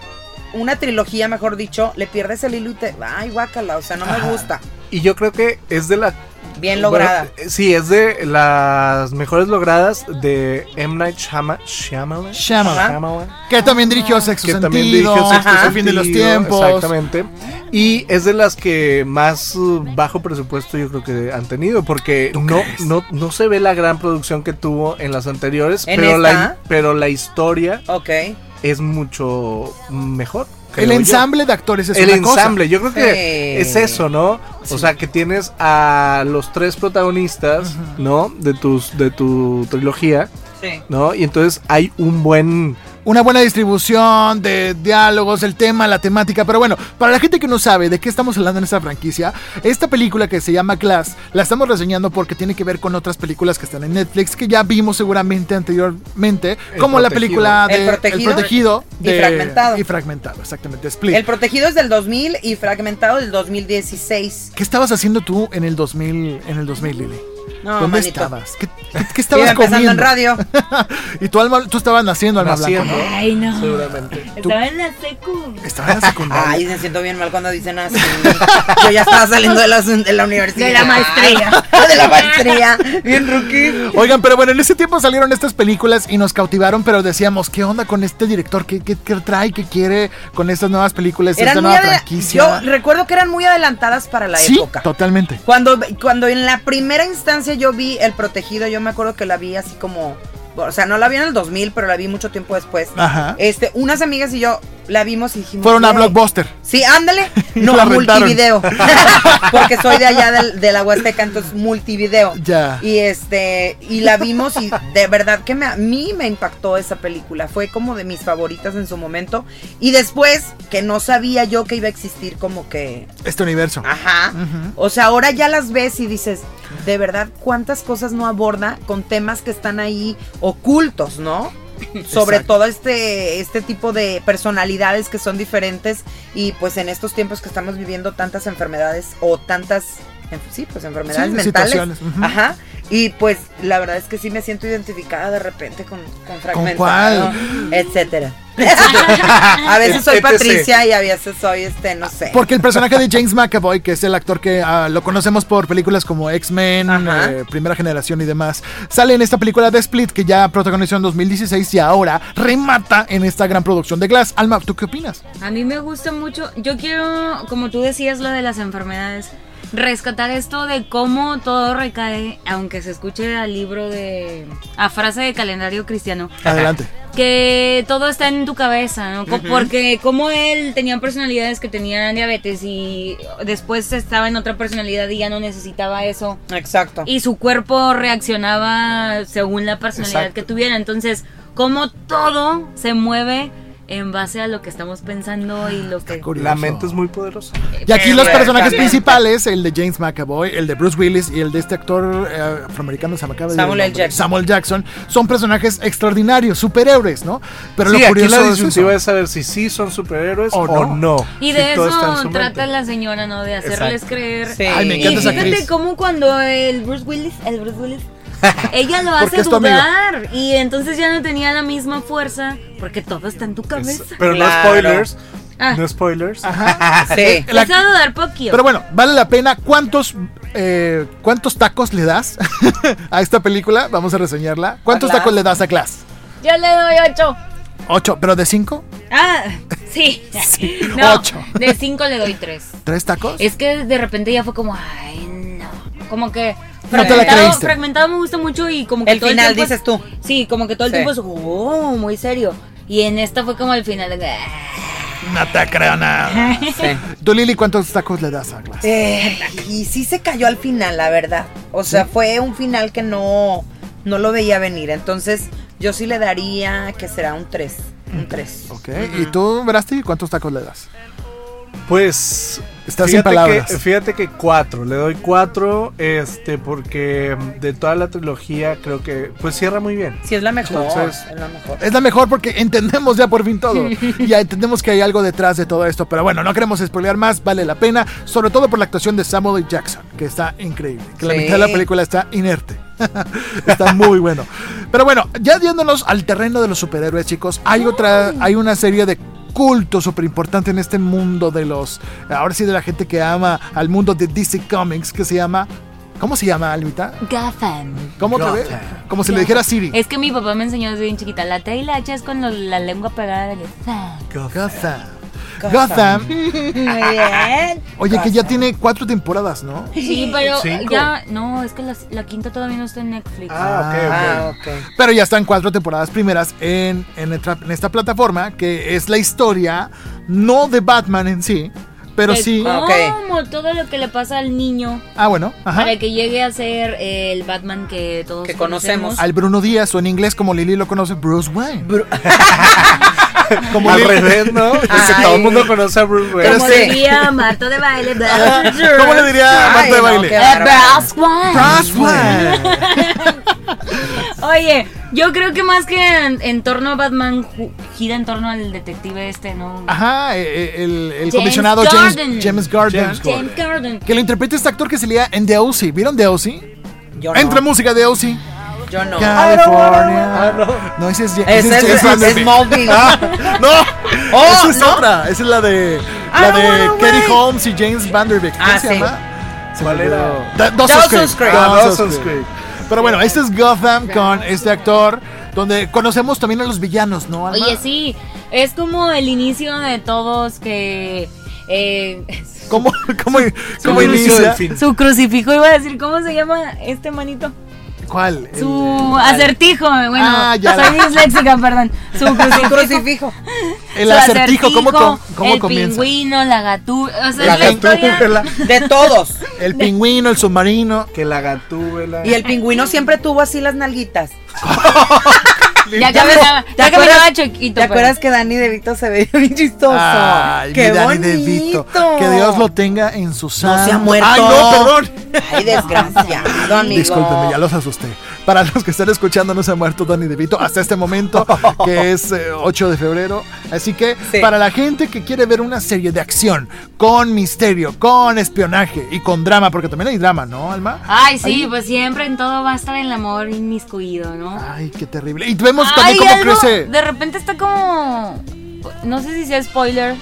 [SPEAKER 4] una trilogía, mejor dicho, le pierdes el hilo y te, ay, guácala, o sea, no me
[SPEAKER 3] Ajá.
[SPEAKER 4] gusta.
[SPEAKER 3] Y yo creo que es de la
[SPEAKER 4] Bien lograda.
[SPEAKER 3] Bueno, eh, sí, es de las mejores logradas de M. Night Shyama- Shyamalan.
[SPEAKER 2] Shyamalan.
[SPEAKER 3] Shyamalan,
[SPEAKER 2] Que también
[SPEAKER 4] Ah.
[SPEAKER 2] dirigió Sexo
[SPEAKER 3] Que
[SPEAKER 2] Sentido,
[SPEAKER 3] también "Pues, dirigió Sexto
[SPEAKER 4] Ajá.
[SPEAKER 2] El fin de los
[SPEAKER 3] Sentido,
[SPEAKER 2] tiempos.
[SPEAKER 3] Exactamente. Y es de las que más uh, bajo presupuesto yo creo que han tenido. Porque no, no, no se ve la gran producción que tuvo en las anteriores.
[SPEAKER 4] ¿En
[SPEAKER 3] pero,
[SPEAKER 4] esta?
[SPEAKER 3] la, pero la historia
[SPEAKER 4] ok.
[SPEAKER 3] es mucho mejor.
[SPEAKER 2] El
[SPEAKER 3] creo yo.
[SPEAKER 2] ensamble de actores es
[SPEAKER 3] el
[SPEAKER 2] una cosa.
[SPEAKER 3] ensamble, yo creo que
[SPEAKER 4] Sí.
[SPEAKER 3] es eso, ¿no? O sea, que tienes a los tres protagonistas, ¿no? De tus de tu trilogía,
[SPEAKER 4] Sí.
[SPEAKER 3] ¿no? Y entonces hay un buen
[SPEAKER 2] una buena distribución de diálogos, el tema, la temática. Pero bueno, para la gente que no sabe de qué estamos hablando en esta franquicia, esta película que se llama Glass la estamos reseñando porque tiene que ver con otras películas que están en Netflix que ya vimos seguramente anteriormente,
[SPEAKER 3] El
[SPEAKER 2] como la
[SPEAKER 3] Protegido.
[SPEAKER 2] película de
[SPEAKER 4] El Protegido.
[SPEAKER 2] Protegido
[SPEAKER 4] Y Fragmentado.
[SPEAKER 2] Y fragmentado, exactamente. Split.
[SPEAKER 4] El protegido es del 2000 y fragmentado del 2016.
[SPEAKER 2] ¿Qué estabas haciendo tú en el 2000, en el 2000, Lili?
[SPEAKER 4] No,
[SPEAKER 2] ¿Dónde
[SPEAKER 4] manito.
[SPEAKER 2] estabas? ¿Qué, qué- qué
[SPEAKER 4] Iba
[SPEAKER 2] estabas
[SPEAKER 4] empezando
[SPEAKER 2] comiendo?
[SPEAKER 4] en radio.
[SPEAKER 2] y tu alma, tú estabas naciendo, alma
[SPEAKER 3] naciendo,
[SPEAKER 2] blanca.
[SPEAKER 5] Ay, no.
[SPEAKER 3] seguramente.
[SPEAKER 5] Estaba en la secu.
[SPEAKER 2] ¿no? Estabas en la secundaria.
[SPEAKER 4] Ay, me siento bien mal cuando dicen así. Yo ya estaba saliendo de la, de la universidad. Ah,
[SPEAKER 5] De la maestría.
[SPEAKER 4] de la maestría. Bien rookie.
[SPEAKER 2] Oigan, pero bueno, en ese tiempo salieron estas películas y nos cautivaron, pero decíamos, ¿qué onda con este director? ¿Qué, qué- qué trae? ¿Qué quiere con estas nuevas películas? esta
[SPEAKER 4] Eran muy
[SPEAKER 2] nueva
[SPEAKER 4] adela-
[SPEAKER 2] franquicia.
[SPEAKER 4] Yo recuerdo que eran muy adelantadas para la
[SPEAKER 2] sí,
[SPEAKER 4] época.
[SPEAKER 2] totalmente.
[SPEAKER 4] Cuando, cuando en la primera instancia yo vi El Protegido, yo me acuerdo que la vi así como. O sea, no la vi en el 2000, pero la vi mucho tiempo después.
[SPEAKER 2] Ajá.
[SPEAKER 4] Este, unas amigas y yo la vimos y dijimos.
[SPEAKER 2] Fueron a
[SPEAKER 4] "Güey".
[SPEAKER 2] Blockbuster.
[SPEAKER 4] Sí, ándale. No,
[SPEAKER 2] La
[SPEAKER 4] a
[SPEAKER 2] rentaron.
[SPEAKER 4] multivideo. Porque soy de allá del, de la Huasteca, entonces multivideo.
[SPEAKER 2] Ya.
[SPEAKER 4] Y este, y la vimos y de verdad que me, a mí me impactó esa película. Fue como de mis favoritas en su momento. Y después, que no sabía yo que iba a existir como que.
[SPEAKER 2] Este universo.
[SPEAKER 4] Ajá. O sea, ahora ya las ves y dices, de verdad, cuántas cosas no aborda con temas que están ahí ocultos, ¿no? Sobre todo este, este tipo de personalidades que son diferentes y pues en estos tiempos que estamos viviendo tantas enfermedades o tantas, en- sí, pues enfermedades
[SPEAKER 2] Sí,
[SPEAKER 4] mentales.
[SPEAKER 2] situaciones, ujú.
[SPEAKER 4] Ajá. Y pues la verdad es que sí me siento identificada de repente con, con fragmentado,
[SPEAKER 2] cuál?
[SPEAKER 4] etcétera. a veces soy
[SPEAKER 3] Etc.
[SPEAKER 4] Patricia y a veces soy este, no sé.
[SPEAKER 2] Porque el personaje de James McAvoy, que es el actor que ah, lo conocemos por películas como X-Men,
[SPEAKER 4] Ajá.
[SPEAKER 2] eh, Primera Generación y demás, sale en esta película de Split que ya protagonizó en 2016 y ahora remata en esta gran producción de Glass. Alma, ¿tú qué opinas?
[SPEAKER 5] A mí me gusta mucho. Yo quiero, como tú decías, lo de las enfermedades. Rescatar esto de cómo todo recae, aunque se escuche al libro de. a frase de calendario cristiano.
[SPEAKER 2] Adelante.
[SPEAKER 5] que todo está en tu cabeza, ¿no? Co- Porque como él tenía personalidades que tenían diabetes y después estaba en otra personalidad y ya no necesitaba eso.
[SPEAKER 4] Exacto.
[SPEAKER 5] Y su cuerpo reaccionaba según la personalidad que tuviera. Entonces, como todo se mueve en base a lo que estamos pensando y lo que...
[SPEAKER 3] La mente es muy poderosa.
[SPEAKER 2] Y aquí
[SPEAKER 4] Eh, Pero
[SPEAKER 2] los
[SPEAKER 4] bueno,
[SPEAKER 2] personajes
[SPEAKER 4] también.
[SPEAKER 2] principales, el de James McAvoy, el de Bruce Willis y el de este actor eh, afroamericano, se me acaba de ir el
[SPEAKER 4] Samuel L.
[SPEAKER 2] nombre,
[SPEAKER 4] Jackson.
[SPEAKER 2] Samuel Jackson, son personajes extraordinarios, superhéroes, ¿no? Pero
[SPEAKER 3] sí,
[SPEAKER 2] lo
[SPEAKER 3] aquí
[SPEAKER 2] curioso
[SPEAKER 3] la
[SPEAKER 2] es
[SPEAKER 3] disyuntiva
[SPEAKER 2] eso.
[SPEAKER 3] es saber si sí son superhéroes
[SPEAKER 2] O
[SPEAKER 3] o
[SPEAKER 2] no.
[SPEAKER 3] no. Si
[SPEAKER 5] Y de
[SPEAKER 3] todo está en
[SPEAKER 5] eso
[SPEAKER 3] su
[SPEAKER 5] trata
[SPEAKER 3] mente.
[SPEAKER 5] la señora, ¿no? De hacerles
[SPEAKER 3] Exacto.
[SPEAKER 5] creer...
[SPEAKER 4] Sí.
[SPEAKER 2] Ay, me
[SPEAKER 5] Y
[SPEAKER 2] encanta esa
[SPEAKER 5] fíjate
[SPEAKER 2] actriz.
[SPEAKER 5] cómo cuando el Bruce Willis, el Bruce Willis, ella lo
[SPEAKER 2] Porque
[SPEAKER 5] hace
[SPEAKER 2] es tu amigo.
[SPEAKER 5] dudar y entonces ya no tenía la misma fuerza porque todo está en tu
[SPEAKER 3] Es-
[SPEAKER 5] cabeza.
[SPEAKER 3] pero no
[SPEAKER 4] Claro.
[SPEAKER 3] spoilers.
[SPEAKER 5] Ah.
[SPEAKER 3] No spoilers.
[SPEAKER 4] Sí.
[SPEAKER 2] La-
[SPEAKER 5] Empezó a dudar poquito.
[SPEAKER 2] Pero bueno, vale la pena. ¿Cuántos, eh, ¿cuántos tacos le das a esta película? Vamos a reseñarla. ¿Cuántos
[SPEAKER 4] Glass?
[SPEAKER 2] tacos le das a Glass?
[SPEAKER 5] Yo le doy ocho.
[SPEAKER 2] ¿Ocho? ¿Pero de cinco?
[SPEAKER 5] Ah, sí. No,
[SPEAKER 2] ocho.
[SPEAKER 5] De cinco le doy tres.
[SPEAKER 2] ¿Tres tacos?
[SPEAKER 5] Es que de repente ya fue como, ay, no. Como que.
[SPEAKER 2] No te la
[SPEAKER 5] fragmentado-
[SPEAKER 2] creíste.
[SPEAKER 5] Fragmentado me gusta mucho y como que.
[SPEAKER 4] El
[SPEAKER 5] todo
[SPEAKER 4] final,
[SPEAKER 5] tiempo-
[SPEAKER 4] dices tú.
[SPEAKER 5] Sí, como que todo el
[SPEAKER 4] Sí.
[SPEAKER 5] tiempo es, oh, muy serio. Y en esta fue como el final. de que, ah.
[SPEAKER 2] No te creo nada. Tú, Lili, ¿cuántos tacos le das a Glass?
[SPEAKER 4] Eh, y sí se cayó al final, la verdad. O sea, fue un final que no, no lo veía venir. Entonces, yo sí le daría que será un 3. Un 3.
[SPEAKER 2] Mm, Ok. ¿Y tú, Verasti, cuántos tacos le das?
[SPEAKER 3] Pues.
[SPEAKER 2] Estás sin
[SPEAKER 3] fíjate
[SPEAKER 2] palabras.
[SPEAKER 3] que- fíjate que cuatro. Le doy cuatro. Este, porque de toda la trilogía, creo que. Pues cierra muy bien.
[SPEAKER 4] Si es la mejor.
[SPEAKER 3] Entonces-
[SPEAKER 4] es la mejor.
[SPEAKER 2] Es la mejor porque entendemos ya por fin todo. Ya entendemos que hay algo detrás de todo esto. Pero bueno, no queremos spoilear más, vale la pena. Sobre todo por la actuación de Samuel L. Jackson, que está increíble. Que la
[SPEAKER 4] Sí.
[SPEAKER 2] mitad de la película está inerte. está muy bueno. Pero bueno, ya yéndonos al terreno de los superhéroes, chicos, hay otra, hay una serie de culto súper importante en este mundo de los. Ahora sí, de la gente que ama al mundo de DC Comics, que se llama. ¿Cómo se llama, Almita?
[SPEAKER 5] Gotham.
[SPEAKER 2] ¿Cómo otra vez? Como si le dijera Siri.
[SPEAKER 5] Es que mi papá me enseñó desde bien chiquita. La T y la H es con lo- la lengua pegada. de Gotham.
[SPEAKER 2] Gotham. Gotham.
[SPEAKER 4] Muy bien.
[SPEAKER 2] Oye, que ya tiene cuatro temporadas, ¿no?
[SPEAKER 5] Sí, pero
[SPEAKER 3] Cinco.
[SPEAKER 5] ya. No, es que la, la quinta todavía no está en Netflix.
[SPEAKER 3] Ah, ok, ok.
[SPEAKER 4] Ah, ok.
[SPEAKER 2] Pero ya están cuatro temporadas primeras en, en, esta, en esta plataforma, que es la historia, no de Batman en sí, pero
[SPEAKER 5] De
[SPEAKER 2] sí...
[SPEAKER 5] Cómo
[SPEAKER 4] Ok.
[SPEAKER 5] todo lo que le pasa al niño
[SPEAKER 2] Ah, bueno, ajá.
[SPEAKER 5] para que llegue a ser el Batman que todos
[SPEAKER 4] Que conocemos.
[SPEAKER 2] Al Bruno Díaz, o en inglés como Lili lo conoce, Bruce Wayne.
[SPEAKER 3] Al revés, ¿no? Porque
[SPEAKER 4] Ay.
[SPEAKER 3] todo el mundo conoce a Bruce Wayne.
[SPEAKER 4] Pero
[SPEAKER 5] Como
[SPEAKER 4] sí.
[SPEAKER 5] diría Marta de baile.
[SPEAKER 2] ¿Cómo le diría a
[SPEAKER 4] Ay,
[SPEAKER 2] Marta de
[SPEAKER 4] no,
[SPEAKER 2] Baile?
[SPEAKER 4] qué
[SPEAKER 5] Eh,
[SPEAKER 4] bárbaro.
[SPEAKER 5] Bruce Wayne.
[SPEAKER 2] Bruce Wayne.
[SPEAKER 5] Oye, yo creo que más que en, en torno a Batman ju- gira en torno al detective este, ¿no?
[SPEAKER 2] Ajá, eh, eh, el, el
[SPEAKER 5] James
[SPEAKER 2] comisionado
[SPEAKER 5] Gordon.
[SPEAKER 2] James, James Garden.
[SPEAKER 3] James Gordon.
[SPEAKER 5] James Gordon.
[SPEAKER 2] Que lo interpreta este actor que se lía en The O.C. ¿Vieron The O.C.?
[SPEAKER 4] Yo no.
[SPEAKER 2] Entra música de O.C.
[SPEAKER 4] Yo no.
[SPEAKER 2] California. No, ese es Ah.
[SPEAKER 4] Ese
[SPEAKER 2] ese
[SPEAKER 4] es,
[SPEAKER 2] James
[SPEAKER 4] es
[SPEAKER 2] Gordon.
[SPEAKER 4] Smallville.
[SPEAKER 2] No, esa es
[SPEAKER 4] ¿no?
[SPEAKER 2] otra. Esa es la de la
[SPEAKER 4] don't
[SPEAKER 2] de
[SPEAKER 4] wanna
[SPEAKER 2] Katie
[SPEAKER 4] wait.
[SPEAKER 2] Holmes y James Vanderbeek. ¿Cómo
[SPEAKER 4] Ah,
[SPEAKER 2] se
[SPEAKER 4] sí.
[SPEAKER 2] llama? Se
[SPEAKER 3] ¿Cuál
[SPEAKER 2] me
[SPEAKER 3] era?
[SPEAKER 2] olvidó. Da- Dawson's
[SPEAKER 4] Dawson's
[SPEAKER 2] Creek.
[SPEAKER 4] Creek.
[SPEAKER 3] Ah,
[SPEAKER 2] Dawson's
[SPEAKER 3] Dawson's
[SPEAKER 2] Creek.
[SPEAKER 3] Creek.
[SPEAKER 2] Pero bueno, este es Gotham con este actor, donde conocemos también a los villanos, ¿no? Alma?
[SPEAKER 5] Oye, sí, es como el inicio de todos que... eh,
[SPEAKER 2] ¿Cómo, cómo, cómo
[SPEAKER 3] Como inicio
[SPEAKER 2] inicia?
[SPEAKER 3] del fin.
[SPEAKER 5] su crucifijo, iba a decir, ¿cómo se llama este manito?
[SPEAKER 2] ¿Cuál?
[SPEAKER 5] Su acertijo, eh, bueno,
[SPEAKER 2] Ah, ya.
[SPEAKER 5] soy disléxica, perdón. Su
[SPEAKER 4] Un
[SPEAKER 5] crucifijo.
[SPEAKER 4] crucifijo.
[SPEAKER 2] El, el
[SPEAKER 5] su
[SPEAKER 2] acertijo, ¿cómo, com- cómo
[SPEAKER 5] el
[SPEAKER 2] comienza?
[SPEAKER 5] pingüino, la gatúbela. O sea,
[SPEAKER 3] La
[SPEAKER 5] es la historia-
[SPEAKER 3] gatúbela.
[SPEAKER 4] De todos.
[SPEAKER 2] El pingüino, el submarino.
[SPEAKER 3] Que la gatúbela.
[SPEAKER 4] Y el pingüino siempre tuvo así las nalguitas.
[SPEAKER 5] Ya caminaba,
[SPEAKER 4] ¿Te
[SPEAKER 5] ya
[SPEAKER 4] acuerdas-
[SPEAKER 5] caminaba chiquito.
[SPEAKER 4] ¿Te
[SPEAKER 5] pues. pero-
[SPEAKER 4] acuerdas que Danny DeVito se veía bien chistoso?
[SPEAKER 2] Ay,
[SPEAKER 4] ¡Qué
[SPEAKER 2] mi Danny
[SPEAKER 4] bonito!
[SPEAKER 2] DeVito. Que Dios lo tenga en su santo.
[SPEAKER 4] se ha muerto.
[SPEAKER 2] Ay, no, perdón.
[SPEAKER 4] Ay, desgraciado, amigo.
[SPEAKER 2] Discúlpeme, ya los asusté. Para los que están escuchando, no se ha muerto Danny DeVito hasta este momento, que es eh, 8 de febrero. Así que
[SPEAKER 4] Sí.
[SPEAKER 2] para la gente que quiere ver una serie de acción con misterio, con espionaje y con drama, porque también hay drama, ¿no, Alma?
[SPEAKER 4] Ah.
[SPEAKER 5] Ay, sí, pues siempre en todo va a estar el amor inmiscuido, ¿no?
[SPEAKER 2] Ay, qué terrible. Y vemos
[SPEAKER 5] Ay,
[SPEAKER 2] también cómo
[SPEAKER 5] algo-
[SPEAKER 2] crece.
[SPEAKER 5] De repente está como. No sé si sea spoiler.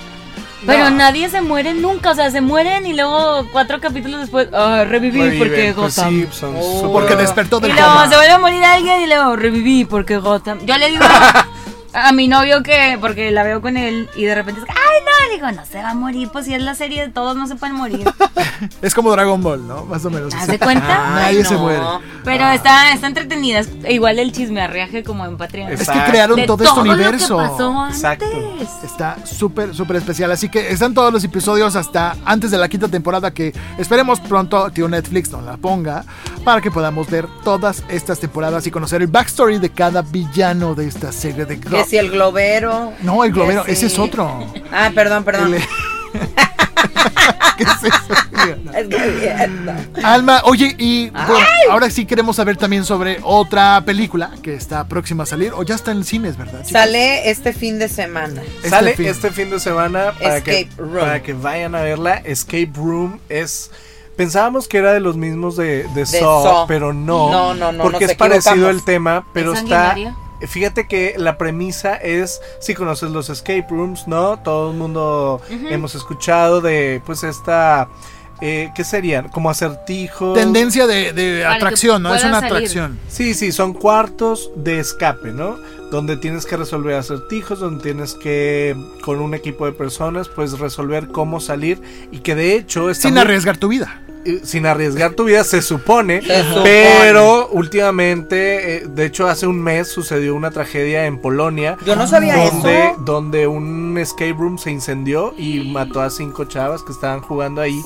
[SPEAKER 5] Pero nadie se muere nunca, o sea, se mueren y luego cuatro capítulos después ah, reviví
[SPEAKER 3] Reviven,
[SPEAKER 5] porque
[SPEAKER 3] pues
[SPEAKER 5] Gotham.
[SPEAKER 3] sí, son súper-
[SPEAKER 2] Porque despertó
[SPEAKER 5] y
[SPEAKER 2] del
[SPEAKER 5] luego
[SPEAKER 2] coma.
[SPEAKER 5] se vuelve a morir alguien y luego reviví porque Gotham. Yo le digo a, a mi novio que, porque la veo con él y de repente es, ay no, le digo, no se va a morir, pues si es la serie de todos no se pueden morir.
[SPEAKER 2] Es como Dragon Ball, ¿no? Más o menos.
[SPEAKER 5] ¿Te
[SPEAKER 2] así.
[SPEAKER 5] das cuenta?
[SPEAKER 2] Nadie
[SPEAKER 4] Ay,
[SPEAKER 2] se
[SPEAKER 4] no.
[SPEAKER 2] muere. Ah.
[SPEAKER 5] Pero está, está entretenida, es igual el chismearriaje como en Patreon.
[SPEAKER 2] Es que
[SPEAKER 3] Exacto.
[SPEAKER 2] crearon
[SPEAKER 5] De
[SPEAKER 2] todo,
[SPEAKER 5] lo
[SPEAKER 2] este
[SPEAKER 5] que
[SPEAKER 2] universo.
[SPEAKER 5] pasó antes.
[SPEAKER 3] Exacto.
[SPEAKER 2] Está súper, súper especial. Así que están todos los episodios hasta antes de la quinta temporada que esperemos pronto tío Netflix nos la ponga para que podamos ver todas estas temporadas y conocer el backstory de cada villano de esta serie de
[SPEAKER 4] Que
[SPEAKER 2] Globo.
[SPEAKER 4] si el globero.
[SPEAKER 2] No, el
[SPEAKER 4] que
[SPEAKER 2] globero,
[SPEAKER 4] si-
[SPEAKER 2] ese es otro.
[SPEAKER 4] Ah, perdón, perdón.
[SPEAKER 2] El- ¿Qué es eso?
[SPEAKER 4] Es que eh, mierda.
[SPEAKER 2] Alma, oye, y bueno, ahora sí queremos saber también sobre otra película que está próxima a salir, o ya está en cines, ¿verdad? chicos?
[SPEAKER 4] Sale este fin de semana.
[SPEAKER 2] Este
[SPEAKER 3] Sale
[SPEAKER 2] fin.
[SPEAKER 3] este fin de semana para que,
[SPEAKER 4] Escape Room.
[SPEAKER 3] para que vayan a verla. Escape Room es. Pensábamos que era de los mismos de, de Saw,
[SPEAKER 4] Saw.
[SPEAKER 3] pero no.
[SPEAKER 4] No, no, no,
[SPEAKER 3] Porque
[SPEAKER 4] nos
[SPEAKER 3] es parecido
[SPEAKER 4] equivocamos.
[SPEAKER 3] el tema, pero
[SPEAKER 5] ¿Es
[SPEAKER 3] está.
[SPEAKER 5] sanguinaria?
[SPEAKER 3] Fíjate que la premisa es, si conoces los escape rooms, ¿no? Todo el mundo hemos escuchado de, pues, esta, eh, ¿qué serían? Como acertijos.
[SPEAKER 2] Tendencia de, de
[SPEAKER 5] Para que
[SPEAKER 2] atracción, ¿no? Es
[SPEAKER 5] puedan
[SPEAKER 2] una
[SPEAKER 5] salir.
[SPEAKER 2] atracción.
[SPEAKER 3] Sí, sí, son cuartos de escape, ¿no? Donde tienes que resolver acertijos, donde tienes que, con un equipo de personas, pues resolver cómo salir y que de hecho está
[SPEAKER 2] Sin
[SPEAKER 3] muy-
[SPEAKER 2] arriesgar tu vida.
[SPEAKER 3] eh, sin arriesgar tu vida, se supone,
[SPEAKER 4] Se supone.
[SPEAKER 3] pero últimamente, eh, de hecho hace un mes sucedió una tragedia en Polonia.
[SPEAKER 4] Yo no sabía
[SPEAKER 3] donde,
[SPEAKER 4] eso.
[SPEAKER 3] donde un escape room se incendió y mató a cinco chavas que estaban jugando ahí.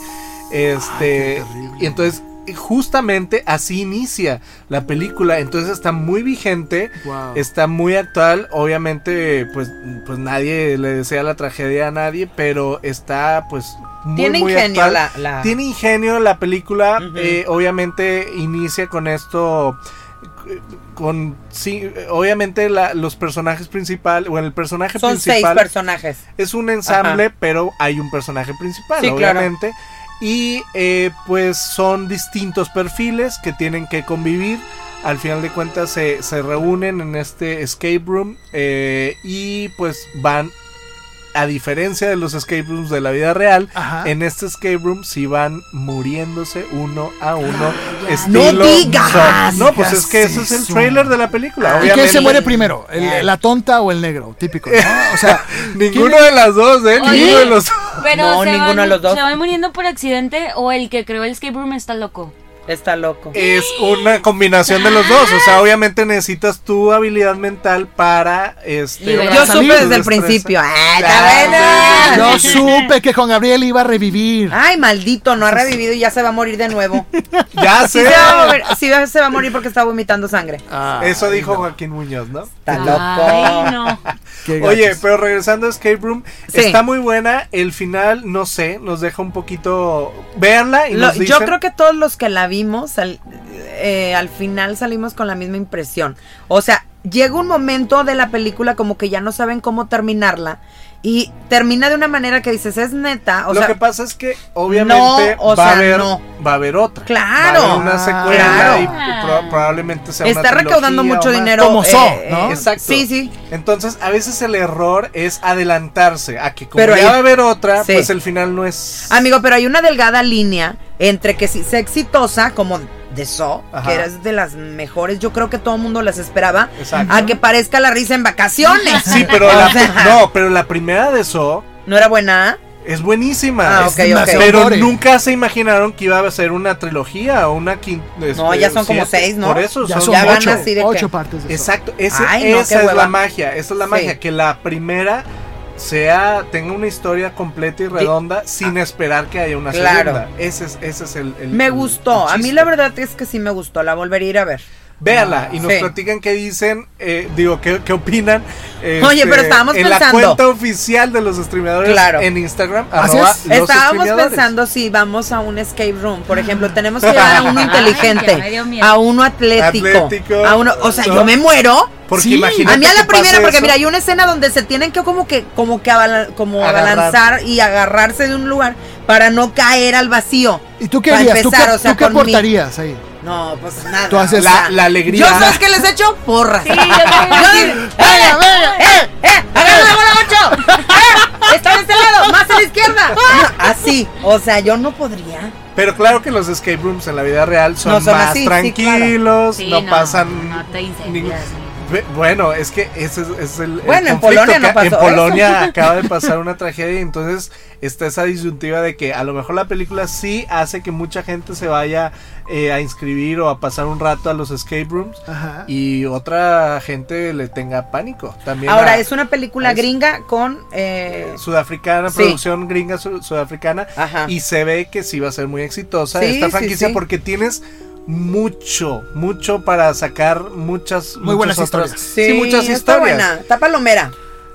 [SPEAKER 3] Este, y entonces justamente así inicia la película, entonces está muy vigente,
[SPEAKER 2] Wow.
[SPEAKER 3] está muy actual, obviamente pues pues nadie le desea la tragedia a nadie, pero está pues muy
[SPEAKER 4] Tiene
[SPEAKER 3] muy
[SPEAKER 4] ingenio
[SPEAKER 3] actual.
[SPEAKER 4] la- la-
[SPEAKER 3] Tiene ingenio la película,
[SPEAKER 4] Ujú.
[SPEAKER 3] eh, obviamente inicia con esto eh, con sí, eh, obviamente la- los personajes principales, bueno, el personaje
[SPEAKER 4] Son seis
[SPEAKER 3] principal
[SPEAKER 4] personajes.
[SPEAKER 3] es un ensamble, pero hay un personaje principal,
[SPEAKER 4] Sí, claro.
[SPEAKER 3] obviamente. Y eh, pues son distintos perfiles que tienen que convivir. Al final de cuentas se, se reúnen en este escape room eh, y pues van, a diferencia de los escape rooms de la vida real,
[SPEAKER 2] Ajá.
[SPEAKER 3] en este escape room si van muriéndose uno a uno.
[SPEAKER 4] No
[SPEAKER 3] estilo
[SPEAKER 4] digas.
[SPEAKER 3] Saw. No, pues
[SPEAKER 2] Digas
[SPEAKER 3] es que ese es el
[SPEAKER 2] eso.
[SPEAKER 3] trailer de la película.
[SPEAKER 2] ¿Y quién
[SPEAKER 3] obviamente.
[SPEAKER 2] se muere primero? ¿El- ¿La tonta o el negro? Típico, ¿no? O sea,
[SPEAKER 3] Ninguno de las dos, ¿eh?
[SPEAKER 5] Oye.
[SPEAKER 3] Ninguno de los dos.
[SPEAKER 5] Pero
[SPEAKER 4] No,
[SPEAKER 5] se
[SPEAKER 4] ninguno
[SPEAKER 5] van,
[SPEAKER 4] de los dos.
[SPEAKER 5] ¿Se van muriendo por accidente o el que creó el escape room está loco?
[SPEAKER 4] Está loco.
[SPEAKER 3] es una combinación de los dos. O sea, obviamente necesitas tu habilidad mental para este.
[SPEAKER 5] Liberar.
[SPEAKER 4] Yo
[SPEAKER 3] tu
[SPEAKER 4] supe desde el
[SPEAKER 3] destreza.
[SPEAKER 4] principio. ¡Ay,
[SPEAKER 3] Ah,
[SPEAKER 4] está buena!
[SPEAKER 2] Yo supe que Juan Gabriel iba a revivir.
[SPEAKER 4] Ay, maldito, no ha revivido y ya se va a morir de nuevo.
[SPEAKER 3] Ya
[SPEAKER 4] Sí,
[SPEAKER 3] sé.
[SPEAKER 4] se va a morir, sí se va a morir porque está vomitando sangre.
[SPEAKER 3] Eso dijo Joaquín Muñoz, ¿no?
[SPEAKER 4] Está
[SPEAKER 5] Ay,
[SPEAKER 4] loco.
[SPEAKER 5] no.
[SPEAKER 2] Qué
[SPEAKER 3] Oye,
[SPEAKER 2] gachos.
[SPEAKER 3] pero regresando a Escape Room,
[SPEAKER 4] Sí.
[SPEAKER 3] está muy buena. El final, no sé, nos deja un poquito. Verla y
[SPEAKER 4] Lo-
[SPEAKER 3] nos
[SPEAKER 4] yo
[SPEAKER 3] dicen-
[SPEAKER 4] creo que todos los que la vimos al, eh, al final salimos con la misma impresión. O sea, llega un momento de la película como que ya no saben cómo terminarla y termina de una manera que dices, es neta. O
[SPEAKER 3] lo
[SPEAKER 4] sea,
[SPEAKER 3] que pasa es que obviamente
[SPEAKER 4] o
[SPEAKER 3] va, a
[SPEAKER 4] sea,
[SPEAKER 3] haber,
[SPEAKER 4] no.
[SPEAKER 3] va a haber otra.
[SPEAKER 4] Claro.
[SPEAKER 3] Va a haber una secuela
[SPEAKER 4] Claro.
[SPEAKER 3] y pro- probablemente sea una
[SPEAKER 4] está recaudando
[SPEAKER 3] trilogía
[SPEAKER 4] mucho
[SPEAKER 3] o más.
[SPEAKER 4] dinero.
[SPEAKER 2] Como
[SPEAKER 4] eh,
[SPEAKER 2] Saw, ¿no?
[SPEAKER 4] eh,
[SPEAKER 3] Exacto.
[SPEAKER 4] Sí, sí.
[SPEAKER 3] Entonces, a veces el error es adelantarse a que como
[SPEAKER 4] Pero
[SPEAKER 3] ya
[SPEAKER 4] ahí-
[SPEAKER 3] va a haber otra,
[SPEAKER 4] Sí.
[SPEAKER 3] pues el final no es.
[SPEAKER 4] Amigo, pero hay una delgada línea entre que si sea exitosa, como de Saw,
[SPEAKER 3] Ajá.
[SPEAKER 4] que era de las mejores, yo creo que todo el mundo las esperaba,
[SPEAKER 3] Exacto.
[SPEAKER 4] a que parezca la risa en vacaciones.
[SPEAKER 3] Sí, pero
[SPEAKER 4] O
[SPEAKER 3] la,
[SPEAKER 4] sea,
[SPEAKER 3] no, pero la primera de eso
[SPEAKER 4] ¿No era buena?
[SPEAKER 3] es buenísima.
[SPEAKER 4] Ah,
[SPEAKER 3] Es-
[SPEAKER 4] ok, ok.
[SPEAKER 3] Pero
[SPEAKER 2] Gore.
[SPEAKER 3] nunca se imaginaron que iba a ser una trilogía o una quinta.
[SPEAKER 4] No, ya son como seis, ¿no?
[SPEAKER 3] Por eso
[SPEAKER 2] ya
[SPEAKER 3] son
[SPEAKER 2] son
[SPEAKER 4] ya van
[SPEAKER 2] ocho,
[SPEAKER 4] así de
[SPEAKER 2] ocho
[SPEAKER 4] que-
[SPEAKER 2] partes de eso.
[SPEAKER 3] Exacto, ese-
[SPEAKER 4] Ay, no, qué
[SPEAKER 3] esa es
[SPEAKER 4] hueva.
[SPEAKER 3] la magia, esa es la
[SPEAKER 4] Sí.
[SPEAKER 3] magia, que la primera sea, tenga una historia completa y redonda sin esperar que haya una
[SPEAKER 4] Ah. Claro.
[SPEAKER 3] segunda. Ese es, ese es el, el-
[SPEAKER 4] Me
[SPEAKER 3] el-
[SPEAKER 4] gustó.
[SPEAKER 3] el
[SPEAKER 4] A mí
[SPEAKER 3] Mm, chiste.
[SPEAKER 4] la verdad es que sí me gustó. La volvería a ir a ver.
[SPEAKER 3] Véanla y nos
[SPEAKER 4] Sí.
[SPEAKER 3] platican qué dicen, eh, digo, qué, qué opinan. este,
[SPEAKER 4] Oye, pero estábamos
[SPEAKER 3] en
[SPEAKER 4] pensando.
[SPEAKER 3] la cuenta oficial de los streameadores
[SPEAKER 4] Claro.
[SPEAKER 3] en Instagram.
[SPEAKER 2] Así
[SPEAKER 3] arroba
[SPEAKER 2] es.
[SPEAKER 3] los
[SPEAKER 4] Estábamos
[SPEAKER 3] streameadores.
[SPEAKER 4] pensando si vamos a un escape room, por
[SPEAKER 3] Ah.
[SPEAKER 4] ejemplo, tenemos que llevar a uno
[SPEAKER 5] Ay,
[SPEAKER 4] inteligente,
[SPEAKER 5] ya me dio miedo.
[SPEAKER 4] a uno atlético,
[SPEAKER 3] Atlético,
[SPEAKER 4] a uno, o sea,
[SPEAKER 3] ¿no?
[SPEAKER 4] yo me muero.
[SPEAKER 3] Porque
[SPEAKER 2] Sí.
[SPEAKER 3] imagínate
[SPEAKER 4] A mí a la
[SPEAKER 3] que pase
[SPEAKER 4] primera, porque
[SPEAKER 3] eso.
[SPEAKER 4] mira, hay una escena donde se tienen que como que, como que abala- como
[SPEAKER 3] Agarrar.
[SPEAKER 4] abalanzar y agarrarse de un lugar para no caer al vacío.
[SPEAKER 2] ¿Y tú qué
[SPEAKER 4] Pa'
[SPEAKER 2] harías? ¿Tú
[SPEAKER 4] empezar,
[SPEAKER 2] qué,
[SPEAKER 4] o sea,
[SPEAKER 2] tú qué
[SPEAKER 4] con mi-
[SPEAKER 2] aportarías ahí?
[SPEAKER 4] No, pues nada.
[SPEAKER 2] Tú haces
[SPEAKER 3] la- la alegría.
[SPEAKER 4] Yo sabes que les echo porras.
[SPEAKER 5] Sí, yo también.
[SPEAKER 4] ¡Venga, venga! ¡Eh, eh! ¡Agarra la bola, ocho! ¡Eh! ¡Está de este lado! ¡Más a la izquierda! Así. O sea, yo no podría.
[SPEAKER 3] Pero claro que los escape rooms en la vida real son,
[SPEAKER 4] No son
[SPEAKER 3] más
[SPEAKER 4] así, sí,
[SPEAKER 3] tranquilos,
[SPEAKER 5] Sí,
[SPEAKER 3] no,
[SPEAKER 5] no,
[SPEAKER 3] pasan.
[SPEAKER 5] no te incendias,
[SPEAKER 3] ningún-
[SPEAKER 5] ni-
[SPEAKER 3] Ve- Bueno, es que ese es, es el. el
[SPEAKER 4] Bueno, en
[SPEAKER 3] conflicto
[SPEAKER 4] Polonia no
[SPEAKER 3] que- En
[SPEAKER 4] pasó
[SPEAKER 3] Polonia acaba de pasar una tragedia y entonces está esa disyuntiva de que a lo mejor la película sí hace que mucha gente se vaya eh, a inscribir o a pasar un rato a los escape rooms
[SPEAKER 2] Ajá.
[SPEAKER 3] y otra gente le tenga pánico. También
[SPEAKER 4] Ahora,
[SPEAKER 3] a-
[SPEAKER 4] es una película
[SPEAKER 3] ahí está.
[SPEAKER 4] gringa con. eh,
[SPEAKER 3] sudafricana,
[SPEAKER 4] Sí.
[SPEAKER 3] producción gringa su- sudafricana.
[SPEAKER 4] Ajá.
[SPEAKER 3] Y se ve que sí va a ser muy exitosa
[SPEAKER 4] Sí,
[SPEAKER 3] esta
[SPEAKER 4] Ah. sí,
[SPEAKER 3] franquicia
[SPEAKER 4] sí.
[SPEAKER 3] porque tienes mucho, mucho para sacar muchas.
[SPEAKER 2] Muy buenas
[SPEAKER 3] muchas otras-
[SPEAKER 2] historias.
[SPEAKER 3] Sí, muchas historias.
[SPEAKER 4] Está buena, está palomera.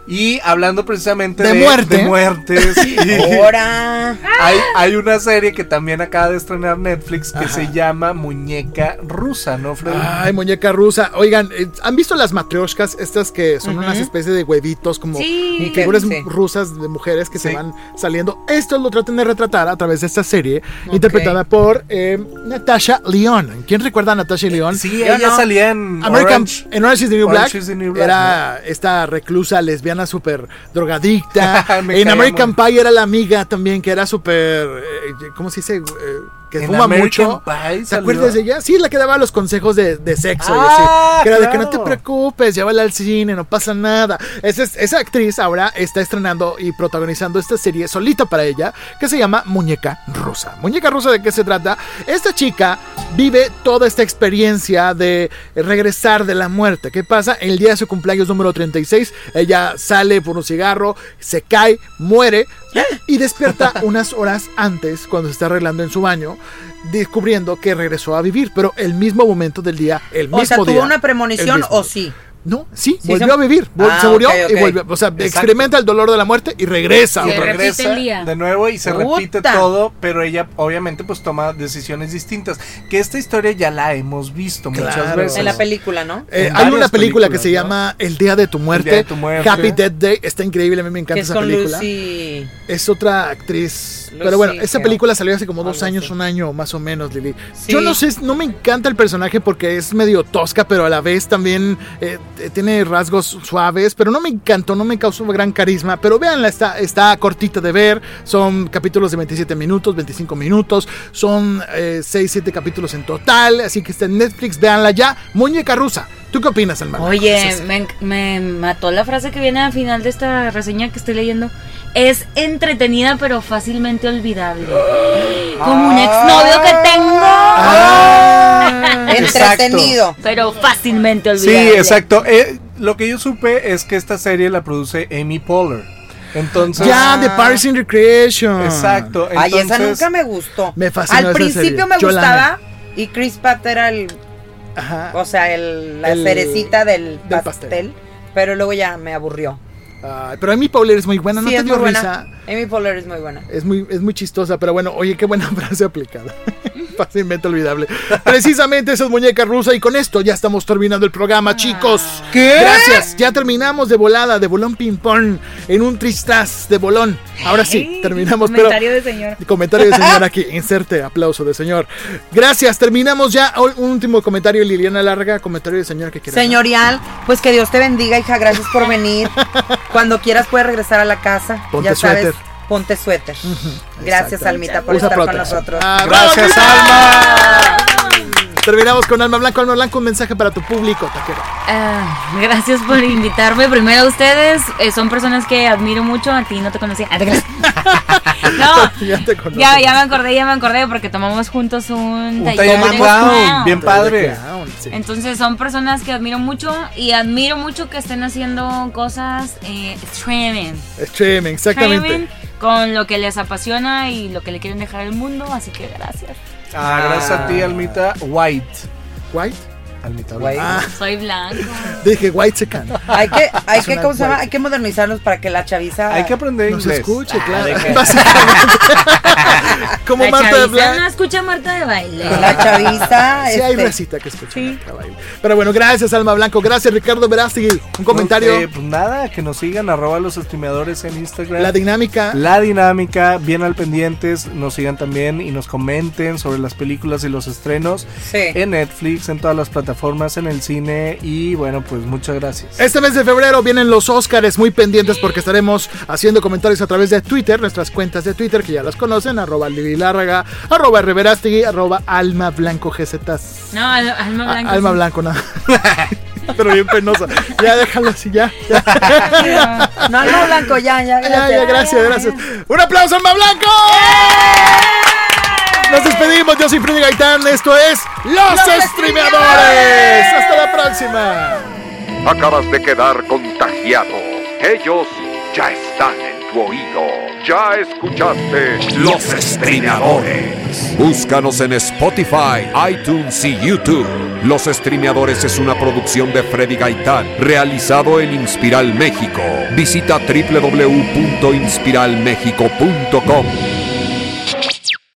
[SPEAKER 3] Y hablando precisamente
[SPEAKER 2] De
[SPEAKER 3] de,
[SPEAKER 2] muerte.
[SPEAKER 3] de muertes. y-
[SPEAKER 4] Ahora.
[SPEAKER 3] hay, hay una serie que también acaba de estrenar Netflix que se llama Muñeca Rusa, ¿no, Freddy?
[SPEAKER 2] Ay, muñeca rusa. Oigan, eh, ¿han visto las matrioshkas? Estas que son unas especies de huevitos, como
[SPEAKER 5] Sí,
[SPEAKER 2] figuras
[SPEAKER 4] sí.
[SPEAKER 2] rusas de mujeres que se
[SPEAKER 3] Sí.
[SPEAKER 2] van saliendo. Esto lo tratan de retratar a través de esta serie, interpretada por eh, Natasha Leon. ¿Quién recuerda a Natasha Leon?
[SPEAKER 3] Eh, sí,
[SPEAKER 4] yo
[SPEAKER 3] ella
[SPEAKER 4] no.
[SPEAKER 3] salía en
[SPEAKER 2] American,
[SPEAKER 3] Orange.
[SPEAKER 2] en Orange is the New
[SPEAKER 3] Orange
[SPEAKER 2] Black,
[SPEAKER 3] is the New Black,
[SPEAKER 2] era esta reclusa lesbiana súper drogadicta.
[SPEAKER 3] Me
[SPEAKER 2] en
[SPEAKER 3] caía
[SPEAKER 2] American
[SPEAKER 3] muy-
[SPEAKER 2] Pie era la amiga también que era súper, eh, ¿cómo se dice? Eh, que
[SPEAKER 3] En
[SPEAKER 2] fuma
[SPEAKER 3] American
[SPEAKER 2] mucho.
[SPEAKER 3] Pie
[SPEAKER 2] ¿Te
[SPEAKER 3] salió.
[SPEAKER 2] acuerdas de ella? Sí, la que daba los consejos de, de sexo y así.
[SPEAKER 3] Ah,
[SPEAKER 2] Que era de que no te
[SPEAKER 3] claro.
[SPEAKER 2] preocupes, llévala al cine, no pasa nada. Esa, es- esa actriz ahora está estrenando y protagonizando esta serie solita para ella que se llama Muñeca Rusa. Muñeca Rusa, ¿de qué se trata? Esta chica vive toda esta experiencia de regresar de la muerte. ¿Qué pasa? El día de su cumpleaños número 36, ella sale por un cigarro, se cae, muere y despierta unas horas antes cuando se está arreglando en su baño, descubriendo que regresó a vivir, pero el mismo momento del día, el mismo
[SPEAKER 4] O sea,
[SPEAKER 2] día,
[SPEAKER 4] tuvo una
[SPEAKER 2] el
[SPEAKER 4] premonición
[SPEAKER 2] mismo-
[SPEAKER 4] o sí.
[SPEAKER 2] No, sí,
[SPEAKER 4] Sí,
[SPEAKER 2] volvió
[SPEAKER 4] se-
[SPEAKER 2] a vivir, vol-
[SPEAKER 4] Ah,
[SPEAKER 2] se murió
[SPEAKER 4] ok, ok.
[SPEAKER 2] y volvió, o sea, experimenta el dolor de la muerte y regresa.
[SPEAKER 3] Y
[SPEAKER 5] Se
[SPEAKER 2] otra vez.
[SPEAKER 5] repite
[SPEAKER 3] regresa
[SPEAKER 5] el día.
[SPEAKER 3] de nuevo y se
[SPEAKER 4] Puta.
[SPEAKER 3] repite todo, pero ella obviamente pues toma decisiones distintas. Que esta historia ya la hemos visto muchas
[SPEAKER 2] Claro.
[SPEAKER 3] veces.
[SPEAKER 4] En la película, ¿no?
[SPEAKER 2] Eh,
[SPEAKER 3] en
[SPEAKER 2] hay
[SPEAKER 3] varias
[SPEAKER 2] una película que se
[SPEAKER 3] películas, ¿no?
[SPEAKER 2] llama El Día de tu Muerte,
[SPEAKER 3] Día de tu Muerte.
[SPEAKER 2] Happy Death Day, está increíble, a mí me encanta
[SPEAKER 4] Que es
[SPEAKER 2] esa
[SPEAKER 4] con
[SPEAKER 2] película.
[SPEAKER 4] Lucy.
[SPEAKER 2] Es otra actriz.
[SPEAKER 4] Lucy,
[SPEAKER 2] Pero bueno, esta
[SPEAKER 4] creo. Ah,
[SPEAKER 2] película salió hace como dos
[SPEAKER 4] Algo
[SPEAKER 2] años,
[SPEAKER 4] así.
[SPEAKER 2] un año más o menos, Lili.
[SPEAKER 4] Sí.
[SPEAKER 2] Yo no sé, no me encanta el personaje porque es medio tosca, pero a la vez también eh, t- tiene rasgos suaves. Pero no me encantó, no me causó gran carisma. Pero véanla, está, está cortita de ver. Son capítulos de 27 minutos, 25 minutos. Son 6, 7 capítulos en total. Así que está en Netflix, véanla ya. Muñeca rusa. ¿Tú qué opinas, hermano?
[SPEAKER 5] Oye,
[SPEAKER 4] mm,
[SPEAKER 5] me, enc- me mató la frase que viene al final de esta reseña que estoy leyendo. Es entretenida pero fácilmente olvidable. Como un exnovio que
[SPEAKER 3] Ah.
[SPEAKER 5] tengo.
[SPEAKER 4] ¡Ah! Entretenido.
[SPEAKER 5] Pero fácilmente
[SPEAKER 3] Sí,
[SPEAKER 5] olvidable.
[SPEAKER 3] exacto. Eh, lo que yo supe es que esta serie la produce Amy Poehler. Entonces,
[SPEAKER 2] Ya, de Paris in Recreation.
[SPEAKER 3] exacto.
[SPEAKER 4] Ay, esa
[SPEAKER 3] entonces-
[SPEAKER 4] nunca me gustó.
[SPEAKER 2] Me fascinó
[SPEAKER 4] Al
[SPEAKER 2] esa serie.
[SPEAKER 4] principio me
[SPEAKER 2] Yo la
[SPEAKER 4] gustaba y Chris Pratt era el,
[SPEAKER 2] Ajá.
[SPEAKER 4] o sea, el, la
[SPEAKER 2] El-
[SPEAKER 4] cerecita del,
[SPEAKER 2] del pastel.
[SPEAKER 4] pastel, pero luego ya me aburrió.
[SPEAKER 2] Ay, pero Amy Powler es muy buena, ¿no
[SPEAKER 4] sí,
[SPEAKER 2] te
[SPEAKER 4] es
[SPEAKER 2] dio
[SPEAKER 4] muy
[SPEAKER 2] risa?
[SPEAKER 4] buena. Amy Poehler es muy buena.
[SPEAKER 2] Es muy, es muy chistosa, pero bueno, oye, qué buena frase aplicada. Fácilmente olvidable. Precisamente esa es muñeca rusa y con esto ya estamos terminando el
[SPEAKER 4] Ah.
[SPEAKER 2] programa, chicos.
[SPEAKER 3] ¿Qué?
[SPEAKER 2] Gracias, ya terminamos de volada, de bolón ping-pong, en un tristaz de bolón. Ahora sí,
[SPEAKER 5] Ay,
[SPEAKER 2] terminamos, pero...
[SPEAKER 5] Comentario de señor.
[SPEAKER 2] Comentario de señor aquí, inserte aplauso de señor. Gracias, terminamos ya. Hoy Un último comentario, Liliana Larga, comentario de señor que quieras.
[SPEAKER 4] Señorial, pues que Dios te bendiga, hija. Gracias por venir. Cuando quieras puedes regresar a la casa.
[SPEAKER 2] Ponte
[SPEAKER 4] ya sabes,
[SPEAKER 2] suéter.
[SPEAKER 4] ponte suéter. Gracias,
[SPEAKER 2] exacto.
[SPEAKER 4] Almita, por
[SPEAKER 2] Usa
[SPEAKER 4] estar con
[SPEAKER 2] protección.
[SPEAKER 4] nosotros.
[SPEAKER 2] Ah, bravo,
[SPEAKER 3] Gracias,
[SPEAKER 2] Alma.
[SPEAKER 3] Alma.
[SPEAKER 5] Ah,
[SPEAKER 2] Terminamos con Alma Blanco. Alma Blanco, un mensaje para tu público, Taquero.
[SPEAKER 5] Ah, gracias por invitarme. Primero a ustedes, eh, son personas que admiro mucho. A ti no te conocía. Ah, te creas. no.
[SPEAKER 2] Ya te conozco.
[SPEAKER 5] Ya, ya me acordé, ya me acordé, porque tomamos juntos un,
[SPEAKER 3] Un taller de clown. Bien padre.
[SPEAKER 2] ah. Este.
[SPEAKER 5] Entonces son personas que admiro mucho y admiro mucho que estén haciendo cosas eh, streaming.
[SPEAKER 2] Streaming,
[SPEAKER 5] Streaming
[SPEAKER 2] exactamente.
[SPEAKER 5] con lo que les apasiona y lo que le quieren dejar al mundo, así que gracias.
[SPEAKER 3] Ah, gracias a ti, Almita White.
[SPEAKER 2] White.
[SPEAKER 3] Almita
[SPEAKER 4] Güey.
[SPEAKER 2] Ah.
[SPEAKER 5] Soy blanco.
[SPEAKER 2] Dije, White se canta.
[SPEAKER 4] Hay que, hay
[SPEAKER 2] Es
[SPEAKER 4] que,
[SPEAKER 2] una
[SPEAKER 4] ¿cómo se llama?
[SPEAKER 2] cual-
[SPEAKER 4] Hay que modernizarnos para que la chaviza.
[SPEAKER 3] Hay que aprender
[SPEAKER 2] No se
[SPEAKER 3] inglés. Ah,
[SPEAKER 2] escuche, claro.
[SPEAKER 3] de que-
[SPEAKER 2] Básicamente. Como
[SPEAKER 5] La
[SPEAKER 2] Marta de Ah.
[SPEAKER 5] chaviza no
[SPEAKER 2] Blanc.
[SPEAKER 5] escucha a Marta de baile.
[SPEAKER 4] La chaviza.
[SPEAKER 2] Sí, hay
[SPEAKER 4] este,
[SPEAKER 2] recita que escucha. Marta de Baile. Pero bueno, gracias, Alma Blanco. Gracias, Ricardo Verástegui. Un comentario.
[SPEAKER 3] Eh, pues nada, que nos sigan, arroba los streameadores en Instagram.
[SPEAKER 2] la dinámica.
[SPEAKER 3] La dinámica, bien al pendientes, nos sigan también y nos comenten sobre las películas y los estrenos
[SPEAKER 4] sí.
[SPEAKER 2] Eh,
[SPEAKER 3] en Netflix, en todas las plataformas, en el cine y bueno, pues muchas gracias.
[SPEAKER 2] Este mes de febrero vienen los Óscares muy pendientes porque estaremos haciendo comentarios a través de Twitter, nuestras cuentas de Twitter que ya las conocen, arroba Lili Lárraga, arroba Reverástegui, arroba Alma Blanco GZ.
[SPEAKER 5] No, al- Alma Blanco.
[SPEAKER 2] Ah, Alma
[SPEAKER 5] sí.
[SPEAKER 2] Blanco, nada. Pero bien penosa. Ya déjalo así, ya. Ya,
[SPEAKER 4] No, no, Blanco, ya, ya,
[SPEAKER 2] ya,
[SPEAKER 4] gracias.
[SPEAKER 2] ya, gracias, gracias. ¡Un aplauso, Alma Blanco! Nos despedimos, yo soy Freddy Gaitán, esto es ¡Eh! Los Streameadores. Hasta la próxima.
[SPEAKER 7] Acabas de quedar contagiado. Ellos ya están en tu tu oído. Ya escuchaste
[SPEAKER 1] Los Streamadores. Búscanos en Spotify, iTunes y YouTube. Los Streamadores es una producción de Freddy Gaitán, realizado en Inspiral México. Visita www.inspiralmexico.com.